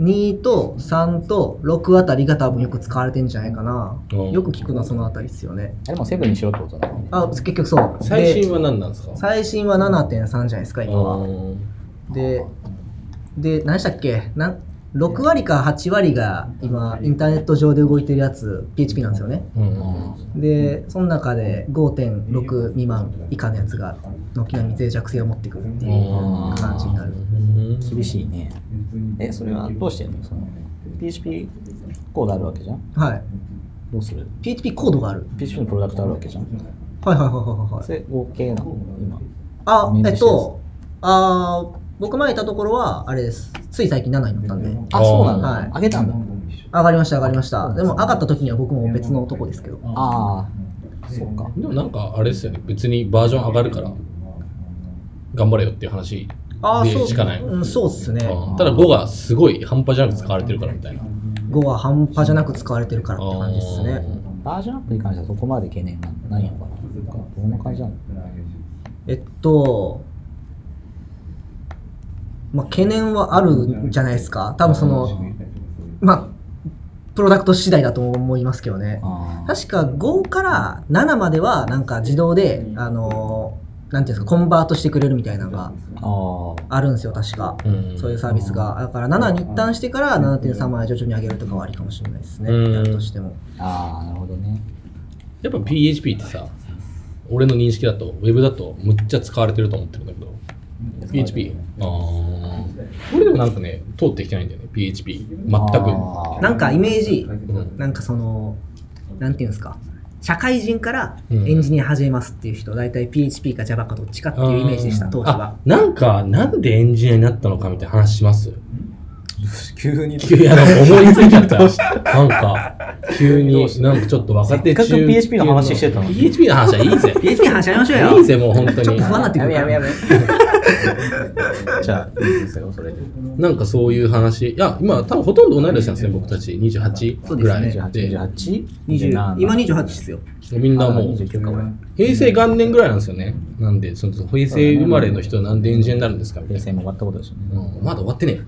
Speaker 2: 2と3と6あたりが多分よく使われてんじゃないかな。
Speaker 1: うん
Speaker 2: よく聞くのはそのあたりですよね。
Speaker 3: あれもセブンにしろってことなの
Speaker 2: あ、結局そう。
Speaker 1: 最新
Speaker 2: で
Speaker 1: は何なんですか
Speaker 2: 最新は7.3じゃないですか、今は。
Speaker 1: うん
Speaker 2: で、で、何でしたっけなん6割か8割が今、インターネット上で動いてるやつ、PHP なんですよね。
Speaker 1: うん
Speaker 2: で、その中で5.6未満以下のやつが、軒並み脆弱性を持ってくるっていう感じになる。
Speaker 1: うん
Speaker 3: 厳しいねえそれはどうしてんのその PHP コードあるわけじゃん
Speaker 2: はい。
Speaker 3: どうする
Speaker 2: PHP コードがある。
Speaker 3: PHP のプロダクトあるわけじゃん
Speaker 2: はいはいはいはいはい。
Speaker 3: それ合計なの今
Speaker 2: あ
Speaker 3: メン、
Speaker 2: え
Speaker 3: テ
Speaker 2: っと、あー僕前いたところは、あれです。つい最近7になったんで。
Speaker 3: あそうなんだ、
Speaker 2: はい
Speaker 3: あげたんだ
Speaker 2: 上がりました、上がりました。でも上がった時には僕も別の男ですけど。
Speaker 3: ああそうか
Speaker 1: でもなんかあれですよね、別にバージョン上がるから頑張れよっていう話。
Speaker 2: あー
Speaker 1: でしかない
Speaker 2: うん、そうっすね。
Speaker 1: うんただ5がすごい半端じゃなく使われてるからみたいな。
Speaker 2: 5は半端じゃなく使われてるからって感じです
Speaker 1: あ
Speaker 2: ね。
Speaker 1: ー
Speaker 3: バージョンアップに関してはそこまで懸念がないのかなそっかどんな感じなの
Speaker 2: えっと、まあ、懸念はあるんじゃないですか。多分その、まあ、プロダクト次第だと思いますけどね。
Speaker 3: あー
Speaker 2: 確か5から7まではなんか自動で、あのーなんていうんですかコンバートしてくれるみたいなのが
Speaker 3: あー
Speaker 2: あるんですよ確か、
Speaker 1: うん
Speaker 2: そういうサービスがだから7に一旦してから7.3まで徐々に上げるとかはありかもしれないですね、
Speaker 1: うん
Speaker 2: やるとしても
Speaker 3: あーなるほどね
Speaker 1: やっぱ PHP ってさ、俺の認識だと、ウェブだとむっちゃ使われてると思ってるんだけど、PHP? ああ。俺でもなんかね、通ってきてないんだよね、PHP。全く。
Speaker 3: あー
Speaker 2: なんかイメージ
Speaker 1: うん
Speaker 2: なんかそのなんていうんですか社会人からエ
Speaker 1: うん
Speaker 2: ンジニア始めますっていう人、大体 PHP か Java かどっちかっていうイメージでした、
Speaker 3: うん
Speaker 2: 当時
Speaker 1: あ
Speaker 2: は。、
Speaker 1: なんか、なんでエンジニアになったのかみたいな話します
Speaker 3: 急に
Speaker 1: 急に、あの、思いついちゃった。なんか、急に、なんかちょっと若手中
Speaker 3: せっかく PHP の話してたのに
Speaker 1: PHP の話はいいぜ。
Speaker 2: PHP の話し合いましょうよ。
Speaker 1: いいぜ、もう本当
Speaker 2: ちょっ
Speaker 1: に
Speaker 2: と。不安になってくるから。
Speaker 3: めじゃあいいですよそれで
Speaker 1: なんかそういう話。いや、今、多分ほとんど同い年なんですね、僕たち。28
Speaker 2: そう
Speaker 1: ぐ
Speaker 2: です
Speaker 1: ら
Speaker 2: ね
Speaker 1: い
Speaker 3: 28
Speaker 1: で。
Speaker 3: 28
Speaker 2: 20今28ですよ。
Speaker 1: みんなもう、
Speaker 3: 29か俺
Speaker 1: 平成元年ぐらいなんですよね。なんで、その平成生まれの人はなんでエンジニアになるんですかみた
Speaker 3: 平
Speaker 1: いな。
Speaker 3: 成も終わったことですよね
Speaker 1: うん、まだ終わってねえよ。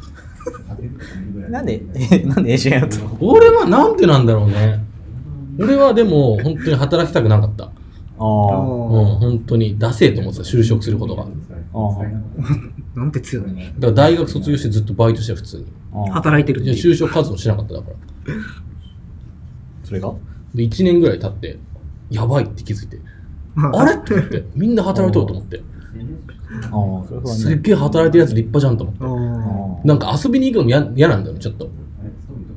Speaker 3: なんで、えなんでエージェンやったの
Speaker 1: 俺はなんでなんだろうね。俺はでも、本当に働きたくなかった。
Speaker 3: あ
Speaker 1: うん、本当に、出せえと思ってた、就職することが。だか
Speaker 3: あ
Speaker 2: なんて強いね。
Speaker 1: ら大学卒業してずっとバイトしてた普通に。
Speaker 3: ああ
Speaker 2: 働いてるっ
Speaker 1: い
Speaker 2: て
Speaker 1: や、
Speaker 2: いう。
Speaker 1: 就職活動しなかっただから。
Speaker 3: それが
Speaker 1: で、1年ぐらい経って、やばいって気づいて、
Speaker 2: まあ
Speaker 1: あれって思って、みんな働いとると思って。
Speaker 3: ああ、それは
Speaker 1: すっ
Speaker 3: ね。
Speaker 1: げえ働いてるやつ立派じゃんと思って。
Speaker 2: うん
Speaker 1: なんか遊びに行くのもや嫌なんだよね、ちょっと。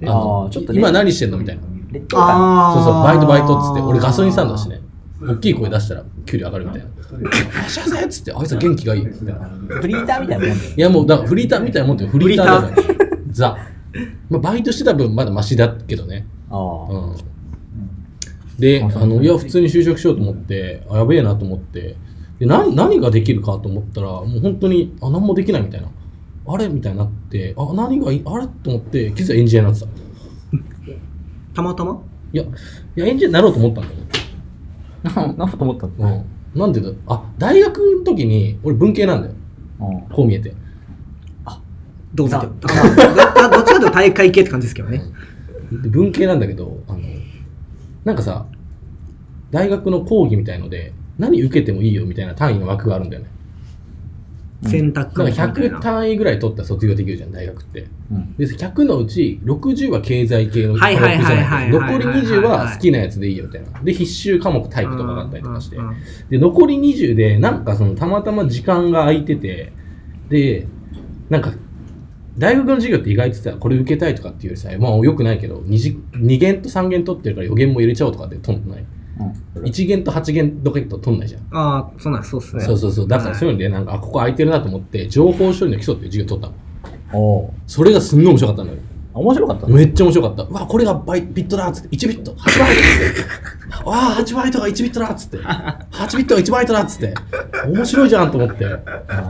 Speaker 3: ああ、ちょっとね、
Speaker 1: 今何してんのみたいな。
Speaker 3: 劣等感。
Speaker 1: そうそう、バイトバイトっつって、俺ガソリンスタンドだし
Speaker 2: ね。
Speaker 1: ね。大きい声出したら給料上がるみたいな。マシャーっつって、あいつは元気がいい。みたいな。
Speaker 3: フリーターみたいなもんだよ
Speaker 1: いやもう、だからフリーターみたいなもんだよ。フリーターだから。 ザ。まあ、バイトしてた分まだマシだけどね。
Speaker 3: あ
Speaker 1: う
Speaker 3: あ。
Speaker 1: ん。で、あの、いや、普通に就職しようと思って、あやべえなと思って、で何何ができるかと思ったら、もう本当に、あ、何もできないみたいな。あれみたいになって、あ、何がいい、あれと思って、気づいたらエンジニアになってた。
Speaker 2: たまたま
Speaker 1: いや、いや、エンジニアになろうと思ったんだけど。
Speaker 3: なんかと思ったの
Speaker 1: うん、なんでだあ大学の時に俺文系なんだよ
Speaker 3: うん
Speaker 1: こう見えて
Speaker 2: どうぞ。まあどどっちかというと大会系って感じですけどね。
Speaker 1: で文系なんだけどあのなんかさ大学の講義みたいので何受けてもいいよみたいな単位の枠があるんだよね
Speaker 2: 選択科
Speaker 1: なん
Speaker 2: 目み
Speaker 1: か
Speaker 2: たい
Speaker 1: 100
Speaker 2: な。
Speaker 1: 単位ぐらい取ったら卒業できるじゃん大学って
Speaker 3: うん。
Speaker 1: で100のうち60は経済系の科
Speaker 2: はい
Speaker 1: 目じ
Speaker 2: はいは
Speaker 1: ゃ
Speaker 2: い
Speaker 1: な
Speaker 2: は
Speaker 1: い
Speaker 2: はいい
Speaker 1: 残り20は好きなやつでいいよみたいなで必修科目体育とかがあったりとかして
Speaker 2: うんうんうん
Speaker 1: で残り20でなんかそのたまたま時間が空いててでなんか大学の授業って意外とさこれ受けたいとかっていうよりさまあよくないけど 2, 二限と3限取ってるから4限も入れちゃおうとかって取んない1限と8限どかと取んないじゃん、
Speaker 2: ああ、そうなんそうっすね。
Speaker 1: そうそうそうだから
Speaker 2: はい
Speaker 1: そういうのでなんかあここ空いてるなと思って情報処理の基礎っていう授業取ったの
Speaker 3: おお
Speaker 1: それがすんごい面白かったんだよ
Speaker 3: ー。面白かったね。
Speaker 1: めっちゃ面白かった。うわ、これがバイビットだっつって、1ビット、8バイトっつって。わあ、8バイトが1ビットだっつって。8ビットが1バイトだっつって。面白いじゃんと思って。
Speaker 3: あ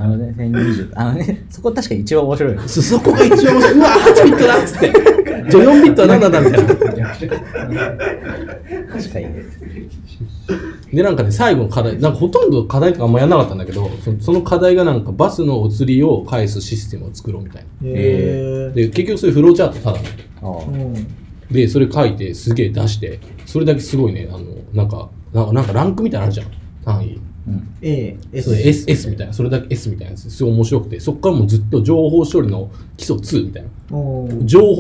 Speaker 3: のね、1020。あのね、 そこ確かに一番面白いよ。
Speaker 1: そそこが一番面白い。うわ、8ビットだっつって。じゃあ4ビットは何なんだみたいな。
Speaker 3: 確かにね。
Speaker 1: で、なんかね、最後の課題、なんかほとんど課題とかあんまやんなかったんだけど、そのその課題がなんかバスのお釣りを返すシステムを作ろうみたいな。
Speaker 5: へ
Speaker 1: で、結局そういうフローチャートただなの
Speaker 3: あ
Speaker 5: ーうん
Speaker 1: で、それ書いて、すげえ出して、それだけすごいね、あの、なんか、なんかなんかランクみたいなのあるじゃん。単位。
Speaker 5: A、
Speaker 1: そう
Speaker 5: S、
Speaker 1: S, S みたいな、それだけ S みたいなやつ、すごい面白くて、そこからもうずっと情報処理の基礎2みたいな、
Speaker 5: おー
Speaker 1: 情報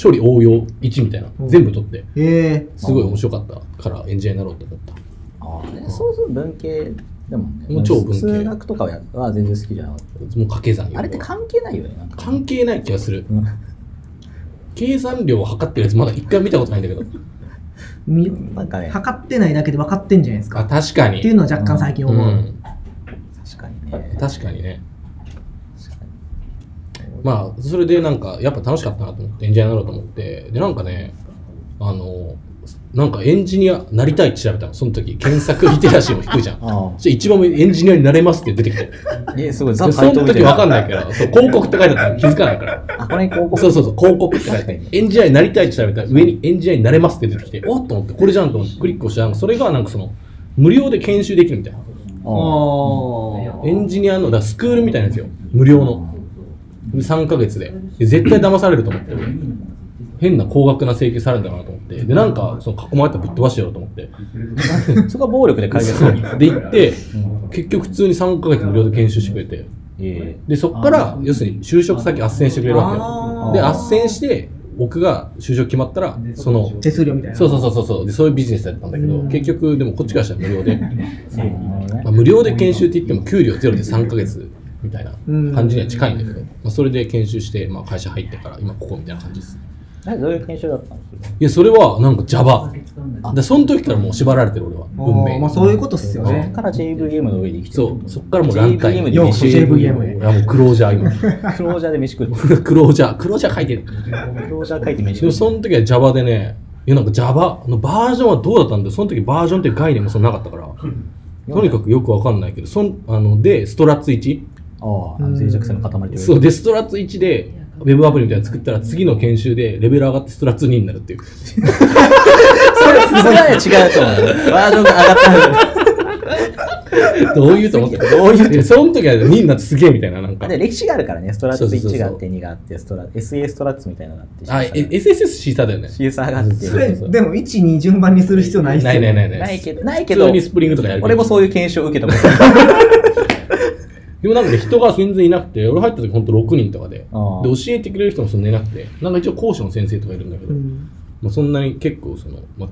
Speaker 1: 処理応用1みたいな、
Speaker 5: うん
Speaker 1: 全部取って、
Speaker 5: へー
Speaker 1: すごい面白かったからエンジニアになろうと思った。
Speaker 3: ああ、ね、そうそう文系だもんね。
Speaker 1: もう超文系
Speaker 3: 数学とかはやは全然好きじゃなかっ
Speaker 1: もう掛け算
Speaker 3: た。
Speaker 1: よ
Speaker 3: あれって関係ないよね、なんか。
Speaker 1: 関係ない気がする。
Speaker 3: うん
Speaker 1: 計算量を測ってるやつまだ一回見たことないんだけど。
Speaker 5: み
Speaker 3: なんかね、
Speaker 5: 測ってないだけで分かってんじゃないですか
Speaker 1: あ、確かに。
Speaker 5: っていうのは若干最近
Speaker 1: う
Speaker 5: 思う。
Speaker 1: ん。
Speaker 3: 確かにね。
Speaker 1: 確かにね。
Speaker 3: 確かに。
Speaker 1: まあ、それでなんか、やっぱ楽しかったなと思って、エンジニアになろうと思って、で、なんかね、あの、なんかエンジニアなりたいって調べたの、その時。検索リテラシーも低いじ ゃん。
Speaker 3: あ
Speaker 1: じゃあ一番上エンジニアになれますって出てきて。
Speaker 3: あ。え、すごい、
Speaker 1: そ
Speaker 3: ザ・
Speaker 1: の
Speaker 3: 回答みたい
Speaker 1: 時
Speaker 3: な。
Speaker 1: わかんないから、そう広告って書いてあったら気づかないから。
Speaker 3: あ、これ広告。
Speaker 1: そうそうそう、広告って書い
Speaker 3: 確か
Speaker 1: て
Speaker 3: に
Speaker 1: エンジニアになりたいって調べたら上にエンジニアになれますって出てきて、おっと思って、これじゃんと思ってクリックをしたら、それがなんかその、無料で研修できるみたいな。
Speaker 3: あ
Speaker 1: エンジニアの、だからスクールみたいなやつよ。無料の。で3ヶ月で。で絶対騙されると思って、俺変な高額な請求されるんだろうなと思って。で、なんか、その囲まれたらぶっ飛ばしてやろうと思って。
Speaker 3: あ。そこは暴力で解決するに。
Speaker 1: で、行って、結局普通に3ヶ月無料で研修してくれて。
Speaker 3: え
Speaker 1: でそこから要するに就職先斡旋してくれるわ
Speaker 5: あ
Speaker 1: けよ
Speaker 5: ー
Speaker 1: で斡旋して僕が就職決まったらその
Speaker 5: 手数料みたいな。
Speaker 1: そうそうそうそうそうでそういうビジネスだったんだけど結局でもこっちからしたら無料で、
Speaker 3: え。なるほどね
Speaker 1: まあ、無料で研修って言っても給料ゼロで3ヶ月みたいな
Speaker 5: うん
Speaker 1: 感じには近いんだけど、まあ、それで研修して、まあ、会社入ってから今ここみたいな感じです
Speaker 3: なんかどういう研修だったんですか
Speaker 1: いやそれはなんか Java でその時からもう縛られてる俺は
Speaker 5: あー
Speaker 1: 運命に
Speaker 5: まあそういうことっすよ
Speaker 3: そっ
Speaker 5: ね。
Speaker 3: から JVM の上で生きてる
Speaker 1: そうそっからもうランタイ
Speaker 3: JVM
Speaker 1: ム
Speaker 3: で
Speaker 5: ようこそ JVM
Speaker 1: いやもうクロージャー 今
Speaker 3: クロージャーで飯食ってク
Speaker 1: クロージャークロージャー書いてる
Speaker 3: ロージャー書いて飯
Speaker 1: で
Speaker 3: 食
Speaker 1: も
Speaker 3: って
Speaker 1: その時は Java でね、いやなんか Java のバージョンはどうだったんだよ。その時バージョンっていう概念もそんななかったから、とにかくよくわかんないけど、そんあので、ストラッツ1、
Speaker 3: あああの脆弱性の塊という
Speaker 1: そうで、ストラッツ1で Web アプリみたいなの作ったら、次の研修でレベル上がってストラッツ2になるっていう。
Speaker 3: それそれは違うと 思うバージョンが上がった
Speaker 1: どういうと思ってどういういやその時は2になってすげえみたいな、なんか
Speaker 3: あ。で歴史があるからね、ストラッツ
Speaker 1: そうそう
Speaker 3: 1
Speaker 1: そう
Speaker 3: があって、2があって、ストラ SA ストラッツみたいなのがあって、
Speaker 1: あ、え SSS シーサーだよね。
Speaker 3: CSR があっ
Speaker 1: そ
Speaker 5: そ
Speaker 1: れ
Speaker 3: て、
Speaker 5: れ、でも、1、2順番にする必要ないっす
Speaker 1: ない
Speaker 5: よ
Speaker 1: ない
Speaker 5: ね。
Speaker 1: ないない。
Speaker 3: ないけど、ないけ
Speaker 1: 普通
Speaker 3: ど
Speaker 1: にスプリングとかやるけど
Speaker 3: 俺もそういう検証を受けたこと
Speaker 1: でもなんかね、人が全然いなくて、俺入った時ほんと6人とかで、で
Speaker 3: あー
Speaker 1: 教えてくれる人もそんないなくて、なんか一応講師の先生とかいるんだけど、
Speaker 5: うん
Speaker 1: まあ、そんなに結構その、まあ、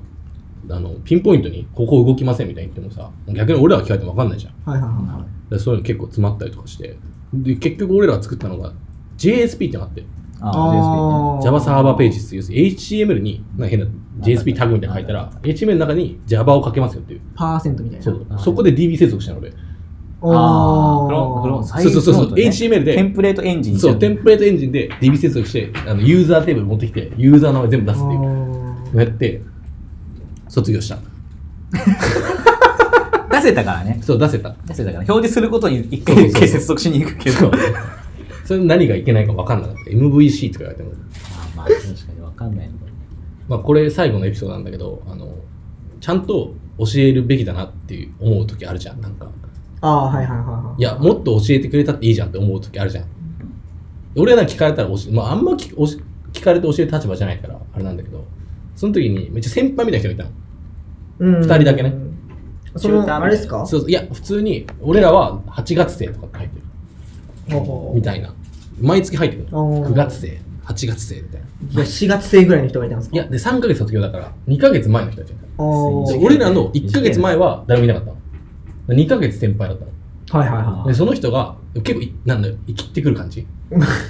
Speaker 1: あのピンポイントにここ動きませんみたいに言ってもさ逆に俺らが聞かれても分かんないじゃんだか
Speaker 5: はいはいはい。
Speaker 1: でそういうの結構詰まったりとかして。で、結局俺らが作ったのが JSP ってのがあって、
Speaker 3: ああ、JSP
Speaker 1: Java
Speaker 3: ね。
Speaker 1: Server Pages っていう、要するに HTML に、なんか変な JSP タグみたいなの書いたら、HTML の中に Java をかけますよっていう。
Speaker 5: パーセントみたいな。
Speaker 1: そう。そこで DB 接続したの俺。
Speaker 5: おー
Speaker 3: フロンフロン
Speaker 1: そうそうそうそう
Speaker 3: サイズフロント
Speaker 1: HTML で
Speaker 3: テンプレートエンジン
Speaker 1: そう、テンプレートエンジンで DB 接続して、あのユーザーテーブル持ってきて、ユーザーの名前全部出すっていう。
Speaker 5: あー
Speaker 1: やって、卒業した。
Speaker 3: 出せたからね。
Speaker 1: そう、出せた。
Speaker 3: 出せたから。表示することに一
Speaker 1: そうそうそ
Speaker 3: 回
Speaker 1: う
Speaker 3: 一回接続しに行くけ
Speaker 1: そう
Speaker 3: ど。あ
Speaker 1: それ何がいけないか分かんなかった。MVC とか言われても。
Speaker 3: まあ、確かにわかんないのかね
Speaker 1: まあ、これ最後のエピソードなんだけど、あの、ちゃんと教えるべきだなっていう思う時あるじゃん。なんか、
Speaker 5: あー、はいはいはいはい
Speaker 1: や、もっと教えてくれたっていいじゃんって思う時あるじゃん。俺らに聞かれたら教え、まあ、あんま聞教え聞かれて教える立場じゃないから、あれなんだけど、その時にめっちゃ先輩みたいな人がいたの。
Speaker 5: い。二
Speaker 1: 二人だけね。
Speaker 5: そ
Speaker 3: 中
Speaker 5: の、
Speaker 3: 間
Speaker 5: あれですか
Speaker 1: そうそういや、普通に、俺らは8月生とかって入ってる。
Speaker 5: ほうほう
Speaker 1: みたいな。毎月入ってくる。
Speaker 5: おー
Speaker 1: 9月生、8月生みたい
Speaker 5: い
Speaker 1: な。
Speaker 5: や4月生ぐらいの人がいたんですか
Speaker 1: いや、で、3ヶ月卒業だから、2ヶ月前の人たちだっ
Speaker 5: あー
Speaker 1: た。
Speaker 3: そ
Speaker 1: で
Speaker 3: う
Speaker 1: 俺らの1ヶ月前は誰もいなかったの。2ヶ月先輩だったの。
Speaker 5: はいはいは
Speaker 1: で、その人が、結構い、なんだよ、生きってくる感じ。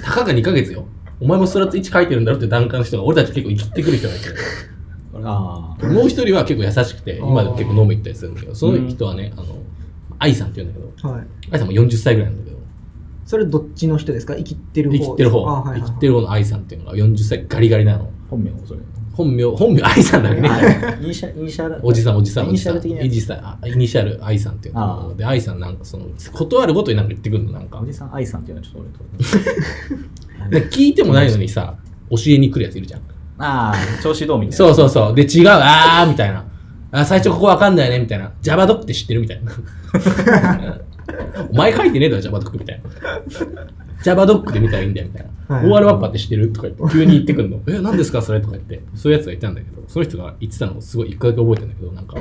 Speaker 1: たかが2ヶ月よ。お前もストラッツ1書いてるんだろって段階の人が、俺たち結構生きってくる人がいて。
Speaker 3: あ
Speaker 1: もう一人は結構優しくて、今でも結構飲む行ったりするんだけど、その人はね、あの、愛さんって言うんだけど、
Speaker 5: い。はい。
Speaker 1: 愛さんも40歳ぐらいなんだけど、
Speaker 5: それどっちの人ですか生きてる
Speaker 1: 生
Speaker 5: 方
Speaker 1: きてる方、
Speaker 5: あーはい
Speaker 1: 生
Speaker 5: はい
Speaker 1: きてる方の愛さんっていうのが40歳ガリガリなの。
Speaker 3: あ、本名もそれ。
Speaker 1: 本名、本名愛さんだよね。
Speaker 3: イニシャル、イニシャ ル。
Speaker 1: おじさん、おじさん、
Speaker 3: イ
Speaker 1: お
Speaker 3: ニ
Speaker 1: じ
Speaker 3: シ
Speaker 1: さ
Speaker 3: ャ
Speaker 1: ん。
Speaker 3: ル的なや
Speaker 1: イ
Speaker 3: つ。
Speaker 1: ジさん、あイニシャル、愛さんっていう
Speaker 3: あ
Speaker 1: の。
Speaker 3: あ
Speaker 1: で、愛さんなんかその、断るごとになんか言ってくるの、なんか
Speaker 3: お。じさん、愛さんっていうのはちょっと俺 と。
Speaker 1: で聞いてもないのにさ、教えに来るやついるじゃん。
Speaker 3: ああ、調子どうみたいな。
Speaker 1: そうそうそう。で、違う、あーみたいな。あ最初ここわかんないね、みたいな。JavaDoc って知ってるみたいな。 お前書いてねえだろ、JavaDoc みたいな。JavaDoc で見たらいいんだよ、みたいな。
Speaker 5: はい
Speaker 1: OR ワッパーって知ってるとか言って、急に言ってくるの。え、何ですか、それとか言って。そういうやつがいたんだけど、その人が言ってたのをすごい一個だけ覚えてんだけど、なんか、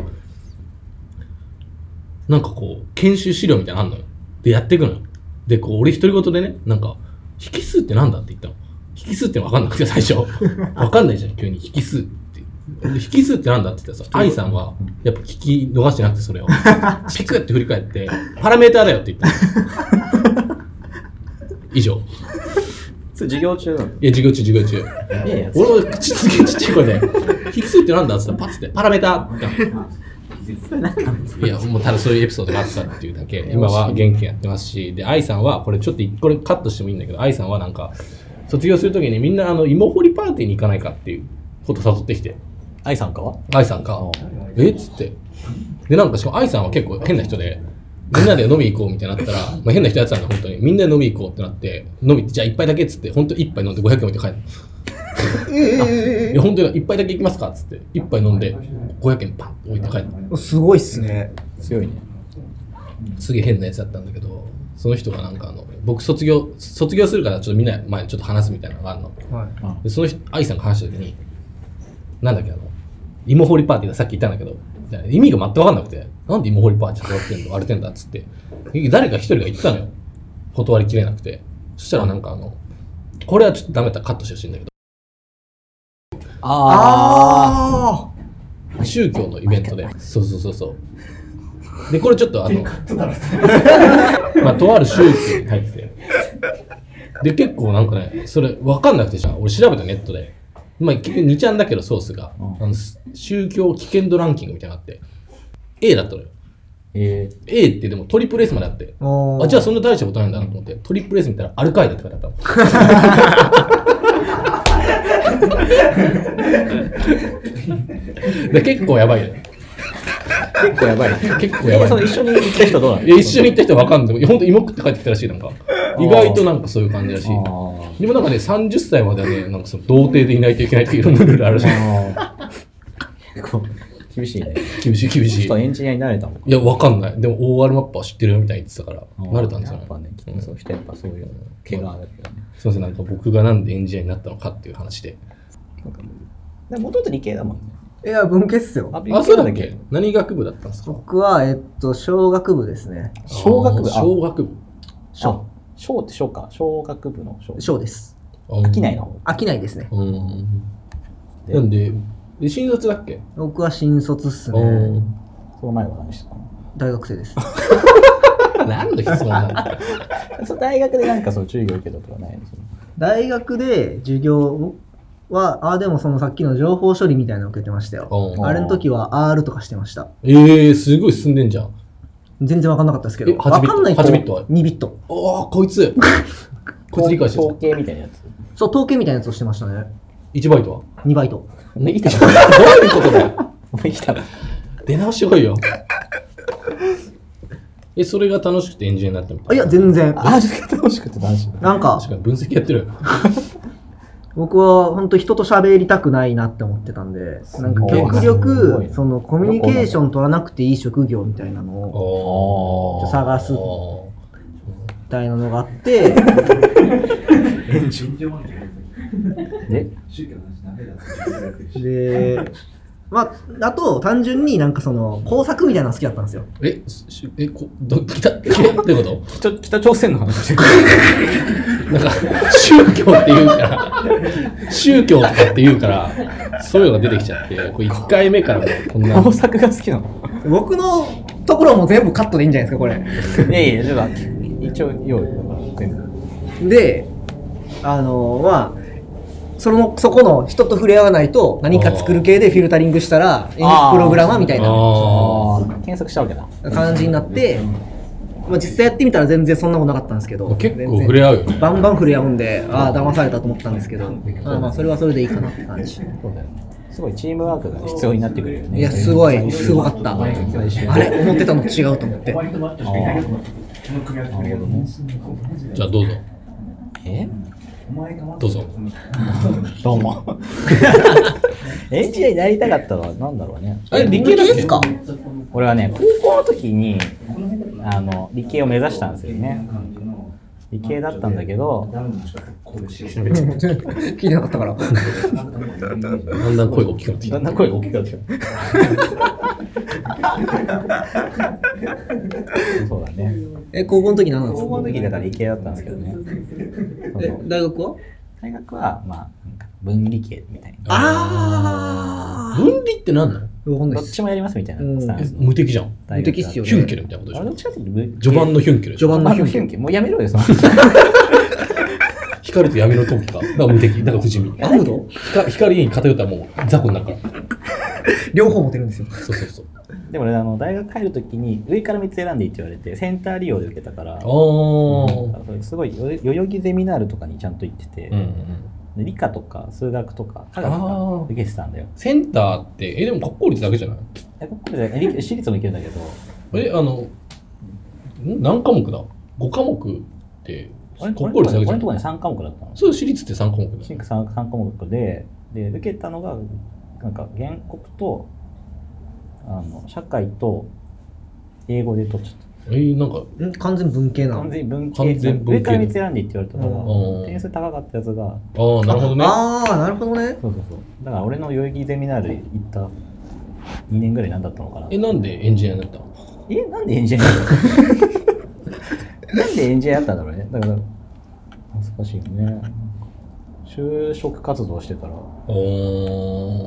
Speaker 1: なんかこう、研修資料みたいなのあんのよ。で、やっていくのよ。で、こう、俺独り言でね、なんか、引数ってなんだって言ったの。引数って分かんなくて、最初。分かんないじゃん、急に。引数って。で引数ってなんだって言ったらさ、愛さんは、やっぱ聞き逃してなくて、それを。ピクって振り返って、パラメーターだよって言ったの。以上。
Speaker 3: それ授業中なの
Speaker 1: いや、授業中、授業中。
Speaker 3: いやいや、
Speaker 1: 俺も口つけちっちゃい声で、引数ってなんだって言ったら、パッつって、パラメーターって言ったの。
Speaker 3: それなんか
Speaker 1: いや、もうただそういうエピソードがあったっていうだけ、今は元気にやってますし、で、愛さんは、これちょっと、これカットしてもいいんだけど、愛さんはなんか、卒業するときにみんな、あの、芋掘りパーティーに行かないかっていうこと誘ってきて、
Speaker 3: 愛さんかは
Speaker 1: 愛さんか、えっつって。で、なんか、しかも愛さんは結構変な人で、みんなで飲み行こうみたいになったら、まあ変な人やつなんだ、本当に。みんなで飲み行こうってなって、飲みって、じゃあ一杯だけっつって、本当一杯飲んで500円置いて帰るの。 いや、本当に一杯だけ行きますかっつって、一杯飲んで、500円パンって置いて帰るの。
Speaker 5: すごいっすね。
Speaker 3: 強いね。
Speaker 1: すげえ変なやつだったんだけどその人がなんかあの僕卒業卒業するからちょっとみんな前にちょっと話すみたいなのがあるの
Speaker 5: はい。
Speaker 1: でその人愛さんが話した時になんだっけあの芋掘りパーティーださっき言ったんだけど意味が全く分かんなくてなんで芋掘りパーティーってやってんのあれてんだっつって誰か一人が言ったのよ断りきれなくてそしたらなんかあのこれはちょっとダメだったらカットしてほしいんだけど
Speaker 3: あ
Speaker 5: あ
Speaker 1: 宗教のイベントでそうそうそうそうでこれちょっとあのまあとある宗教に入っててで結構なんかねそれ分かんなくてさ俺調べたネットでまあ結局2ちゃんだけどソースが、
Speaker 3: うん
Speaker 1: あの宗教危険度ランキングみたいなのがあって A だったのよ
Speaker 3: ー。え
Speaker 1: A ってでもトリプル S まであって
Speaker 5: あ。おー
Speaker 1: あじゃあそんな大したことないんだなと思ってトリプル S 見たらアルカイダって書いてあったので結構やばいよね
Speaker 3: ー、結構やばい。
Speaker 1: 結構やば
Speaker 3: え、
Speaker 1: い
Speaker 3: その一緒に行った人どうなの
Speaker 1: いや一緒に行った人わかんない。本当、芋食って帰ってきたらしい、なんか。意外となんかそういう感じらしい。
Speaker 3: あ
Speaker 1: でもなんかね、30歳まではね、なんかその童貞でいないといけないっていういろんなルールあるし、
Speaker 3: あ ー。結構厳しいね。
Speaker 1: 厳しい厳
Speaker 3: ちょ
Speaker 1: し
Speaker 3: っ
Speaker 1: い。
Speaker 3: とエンジニアになれたもん。
Speaker 1: いや、わかんない。でも OR マッパー知ってるよみたいに言ってたから、慣れたんじゃな
Speaker 3: や
Speaker 1: い
Speaker 3: っぱね、きっとそういう人やっぱそういう怪我あるけどね。
Speaker 1: すいません、なんか僕がなんでエンジニアになったのかっていう話で。
Speaker 3: でもともと理系だもんね。
Speaker 5: いや、文系っすよ。
Speaker 3: あ、
Speaker 1: あ、そうだっけ何学部だったんですか
Speaker 2: 僕は、えっと、小学部ですね。
Speaker 3: 小学部
Speaker 1: あー小学部。
Speaker 3: 小。小って小か。小学部の小。
Speaker 2: 小です。
Speaker 1: 飽
Speaker 3: きない。の
Speaker 2: 飽きないですね。
Speaker 1: うん。なんで、で新卒だっけ
Speaker 2: 僕は新卒っすね。
Speaker 1: うん
Speaker 3: 方。その前は何してたの
Speaker 2: 大学生です。
Speaker 1: れ何の質問なの
Speaker 3: そう大学でなんかその注意を受けたとかないのその
Speaker 2: 大学で授業は、あ、でもそのさっきの情報処理みたいなの受けてましたよ。
Speaker 1: うん
Speaker 3: あ
Speaker 2: あれの時は R とかしてました。
Speaker 1: ええー、すごい進んでんじゃん。
Speaker 2: 全然わかんなかったですけ
Speaker 1: え
Speaker 2: ど。
Speaker 1: 8
Speaker 2: わ
Speaker 1: ビット
Speaker 2: かんないと
Speaker 1: 8ビットは
Speaker 2: 2ビット。
Speaker 1: おお、こい つ。こいつ理解してる
Speaker 3: 統。計みたいなやつ。
Speaker 2: そう、統計みたいなやつをしてましたね。
Speaker 1: 1バイトは
Speaker 2: 2バイト。
Speaker 3: でき たの
Speaker 1: どういうことだよ。
Speaker 3: でき たの
Speaker 1: 出直してこいよ。 え、それが楽しくてエンジニアになったみた
Speaker 2: あ、
Speaker 1: い
Speaker 2: い
Speaker 1: な。
Speaker 2: や、全然。
Speaker 3: あ、ちょっと楽しくて楽しい。
Speaker 2: なんか
Speaker 1: 確、かに分析やってる。
Speaker 2: 僕は本当人と喋りたくないなって思ってたんで、なんか
Speaker 1: すごい
Speaker 2: 極
Speaker 3: すごい
Speaker 2: 力、
Speaker 3: な
Speaker 2: そのコミュニケーション取らなくていい職業みたいなのを、
Speaker 1: お
Speaker 2: ちょっと探す
Speaker 1: お
Speaker 2: みたいなのがあって、
Speaker 6: 炎上案件
Speaker 3: で、
Speaker 6: 宗教の話ダメだって
Speaker 2: で、まあ、あと単純になんかその工作みたいなの好きだったんですよ。
Speaker 1: ーえ、しえ、こ、ど、来た、え、どういうこと
Speaker 3: 北北朝鮮の 話。
Speaker 1: なんか、 宗教って言うから、宗教とかって言うから、そういうのが出てきちゃって、これ1回目からもうこん な。
Speaker 3: 工作が好きなの
Speaker 2: 僕のところも全部カットでいいんじゃないですか、これ。
Speaker 3: いやいや、ちょっと、一応、用意全部。
Speaker 2: で、あの、まあ、そのそこの人と触れ合わないと何か作る系でフィルタリングしたら演劇プログラマーみたいな
Speaker 1: あ
Speaker 3: ああ、検索したわけだ。
Speaker 2: 感じになって、まあ、実際やってみたら全然そんなことなかったんですけど
Speaker 1: あ。結構
Speaker 2: 全然
Speaker 1: 触れ合うよね。
Speaker 2: バンバン触れ合うんでああ騙されたと思ったんですけどまあまあそれはそれでいいかなって感じ
Speaker 3: そうだよね。すごいチームワークが必要になってくるよね。
Speaker 2: いやすごいすごかったあ
Speaker 3: 最初
Speaker 2: れ思ってたのと違うと思って
Speaker 6: 割とマッチョしかいないよこの組み合わせだけど
Speaker 1: じゃあど うぞ。
Speaker 3: え
Speaker 6: お前がマッ
Speaker 1: ど
Speaker 6: チ
Speaker 1: う
Speaker 6: ョ
Speaker 1: ぞ。
Speaker 3: どうも。 エンジニアになりたかったのは何だろうね。
Speaker 1: あれ、理系だっけか
Speaker 3: 俺はね、高校の時に、あの、理系を目指したんですよね。理系だったんだけど、
Speaker 6: ダウンの近くこうし
Speaker 2: 聞いてなかったから
Speaker 1: だんだん声が大きく なってき
Speaker 3: だ
Speaker 1: た
Speaker 3: ん。だん声が大きくなってきた。そうだね。
Speaker 2: え高校の時何なんです
Speaker 3: 高
Speaker 2: か
Speaker 3: 校の時だから理系だったんですけどね。そ
Speaker 2: え
Speaker 3: の
Speaker 2: 大学は
Speaker 3: 大学は、まあ、なんか文理系みたいな。
Speaker 2: あ
Speaker 1: 分離って何なの
Speaker 2: 分かんな
Speaker 3: ど
Speaker 2: いっ
Speaker 3: っ
Speaker 2: す
Speaker 3: ちもやりますみたい
Speaker 2: うん
Speaker 3: なスタン
Speaker 1: え
Speaker 3: スの
Speaker 1: 無敵じゃん。
Speaker 3: 大
Speaker 2: 無
Speaker 3: 学だった。
Speaker 2: 敵っすよね
Speaker 1: ヒュンケルみたいなことで
Speaker 3: あ
Speaker 1: し
Speaker 3: れ
Speaker 1: ょ
Speaker 3: どっちかっていうと
Speaker 1: 序盤のヒュンケルでしょ
Speaker 2: 序盤の
Speaker 3: 序
Speaker 2: ヒュ
Speaker 3: 盤
Speaker 2: ンケル
Speaker 3: ヒュンケルもうやめろよ、その。
Speaker 1: 光と闇の時か。だから無敵。だから不死身。
Speaker 2: アムド
Speaker 1: 光光に偏ったらもう雑魚になるから。
Speaker 2: 両方持てるんですよ
Speaker 1: そうそうそう。
Speaker 3: でもね、あの、大学入るときに上から3つ選んでいいって言われて、センター利用で受けたから、
Speaker 1: ああ。
Speaker 3: すごいよ、代々木ゼミナールとかにちゃんと行ってて、
Speaker 1: うんうんうん。
Speaker 3: で理科とか数学とか科学
Speaker 1: あ
Speaker 3: と
Speaker 1: ー
Speaker 3: か受けてたんだよ。
Speaker 1: センターって、え、でも国公立だけじゃない
Speaker 3: えここで理私立も行けるんだけど、
Speaker 1: え、あの、ん何科目だ ?5 科目って
Speaker 3: 俺
Speaker 1: 国
Speaker 3: こ
Speaker 1: 公
Speaker 3: れ
Speaker 1: 立だけ
Speaker 3: 俺
Speaker 1: じゃ
Speaker 3: のとこ
Speaker 1: ない
Speaker 3: ね3科目だったの。
Speaker 1: そう、私立って3科目だ
Speaker 3: シ
Speaker 1: よ。
Speaker 3: ンク 3, 3項目でで受けたのがなんか原告とあの社会と英語で取っちゃっ
Speaker 1: えー、なんか、
Speaker 2: ん完全文系
Speaker 3: た
Speaker 2: な
Speaker 3: 完
Speaker 2: の
Speaker 3: 全に文系
Speaker 1: 完全文系
Speaker 3: 上から3つ選んでいいって言われたから、
Speaker 1: うん
Speaker 3: 点数高かったやつが
Speaker 1: ああ、なるほどね。
Speaker 2: ああなるほどね
Speaker 3: そうそうそうだから俺の代々木ゼミナール行った2年ぐらいなんだったのかな
Speaker 1: え、なんでエンジニアになったの
Speaker 3: えなんでエンジニア だったのなんでエンジニアだったんだろうねだから難しいよね就職活動してたら
Speaker 1: お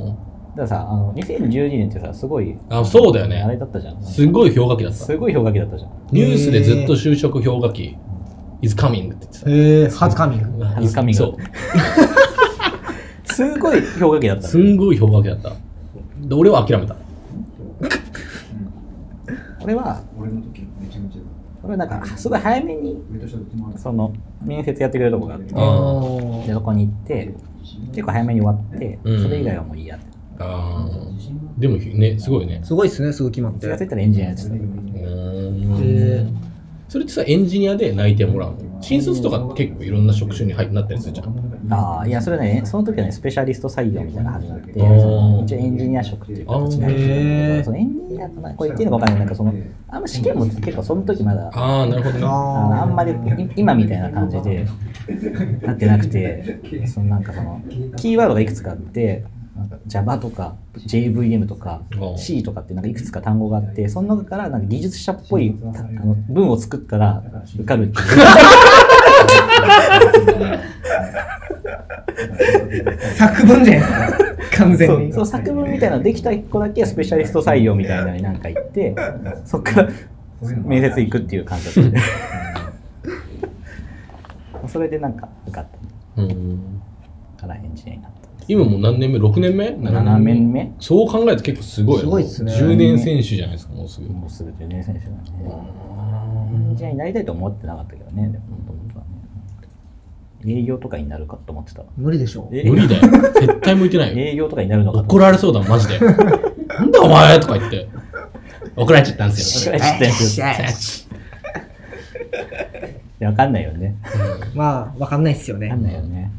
Speaker 1: ー。
Speaker 3: だからさ、あの2012年ってさ、すごい、
Speaker 1: あそうだよね
Speaker 3: あれだったじゃん。
Speaker 1: すごい氷河期だった。
Speaker 3: すごい氷河期だったじゃん。
Speaker 1: ニュースでずっと就職氷河期、is coming って言ってた。
Speaker 2: へえ初カミング
Speaker 3: is coming
Speaker 1: そ
Speaker 3: すごい氷河期だっ
Speaker 1: う。
Speaker 3: た
Speaker 1: す
Speaker 3: の。
Speaker 1: んごい氷河期だった。で、俺は諦めた。
Speaker 3: 俺は、
Speaker 6: 俺の時めちゃめちゃ
Speaker 3: 俺なんか、すごい早めに、
Speaker 6: 上と下どっちもある
Speaker 3: その、面接やってくれるとこがあって、
Speaker 1: あ
Speaker 3: で、そこに行って、結構早めに終わって、
Speaker 1: うん
Speaker 3: それ以外はもういいやって。
Speaker 1: あー。でも、ね、すごいね。
Speaker 2: すごいっすねすぐ決まっ
Speaker 3: 気がつ
Speaker 2: て
Speaker 3: いたらエンジニアやってた。
Speaker 1: う
Speaker 6: 自
Speaker 1: ーん。それってさ、エンジニアで内定もらうの新卒とかって結構いろんな職種に入なったりするじゃん。
Speaker 3: ああ、いや、それね、その時はね、スペシャリスト採用みたいなの始まって、
Speaker 1: あー
Speaker 3: その一応エンジニア職っていう形になってたんだけ
Speaker 2: へー
Speaker 3: ど、そのエンジニアとか、これ言っていいのか分かんない。なんかその、あんま試験も結構その時まだ、
Speaker 1: ああ、なるほどね。
Speaker 3: あのあんまりい今みたいな感じでなってなくて、そのなんかそのキーワードがいくつかあって、なんか Java とか JVM とか
Speaker 1: うん
Speaker 3: C とかってなんかいくつか単語があって、その中からなんか技術者っぽいたあの文を作ったら受かるっていう。
Speaker 2: 作文じゃないですか完全に
Speaker 3: そうそう作文みたいなのできた子だけスペシャリスト採用みたいなのになんか行ってそっから
Speaker 6: そういうのもある
Speaker 3: 面接行くっていう感覚でそれでなんか受かった
Speaker 1: うん
Speaker 3: からエンジニアになった
Speaker 1: 今もう何年目 ?6 年目七
Speaker 3: 7年目
Speaker 1: そう考えると結構すごいよ
Speaker 2: すごいっすね
Speaker 1: 10年選手じゃないですか、もうすぐ。
Speaker 3: もうすぐ10年選手なんで、エンジニアになりたいと思ってなかったけどね、でも本当はね。営業とかになるかと思ってたわ。
Speaker 2: 無理でしょう。
Speaker 3: え
Speaker 1: 無理だよ。絶対向いて ないよ。
Speaker 3: 営業とかになるのかと思
Speaker 1: 怒られそうだもん、マ ジで。なんだお前とか言って。怒られちゃったんですよ。
Speaker 3: ってた。怒られちゃったよ
Speaker 2: え
Speaker 3: いやわかんないよね。
Speaker 2: まあ、わかんないっすよ
Speaker 3: わ
Speaker 2: ね
Speaker 3: か。んないよね。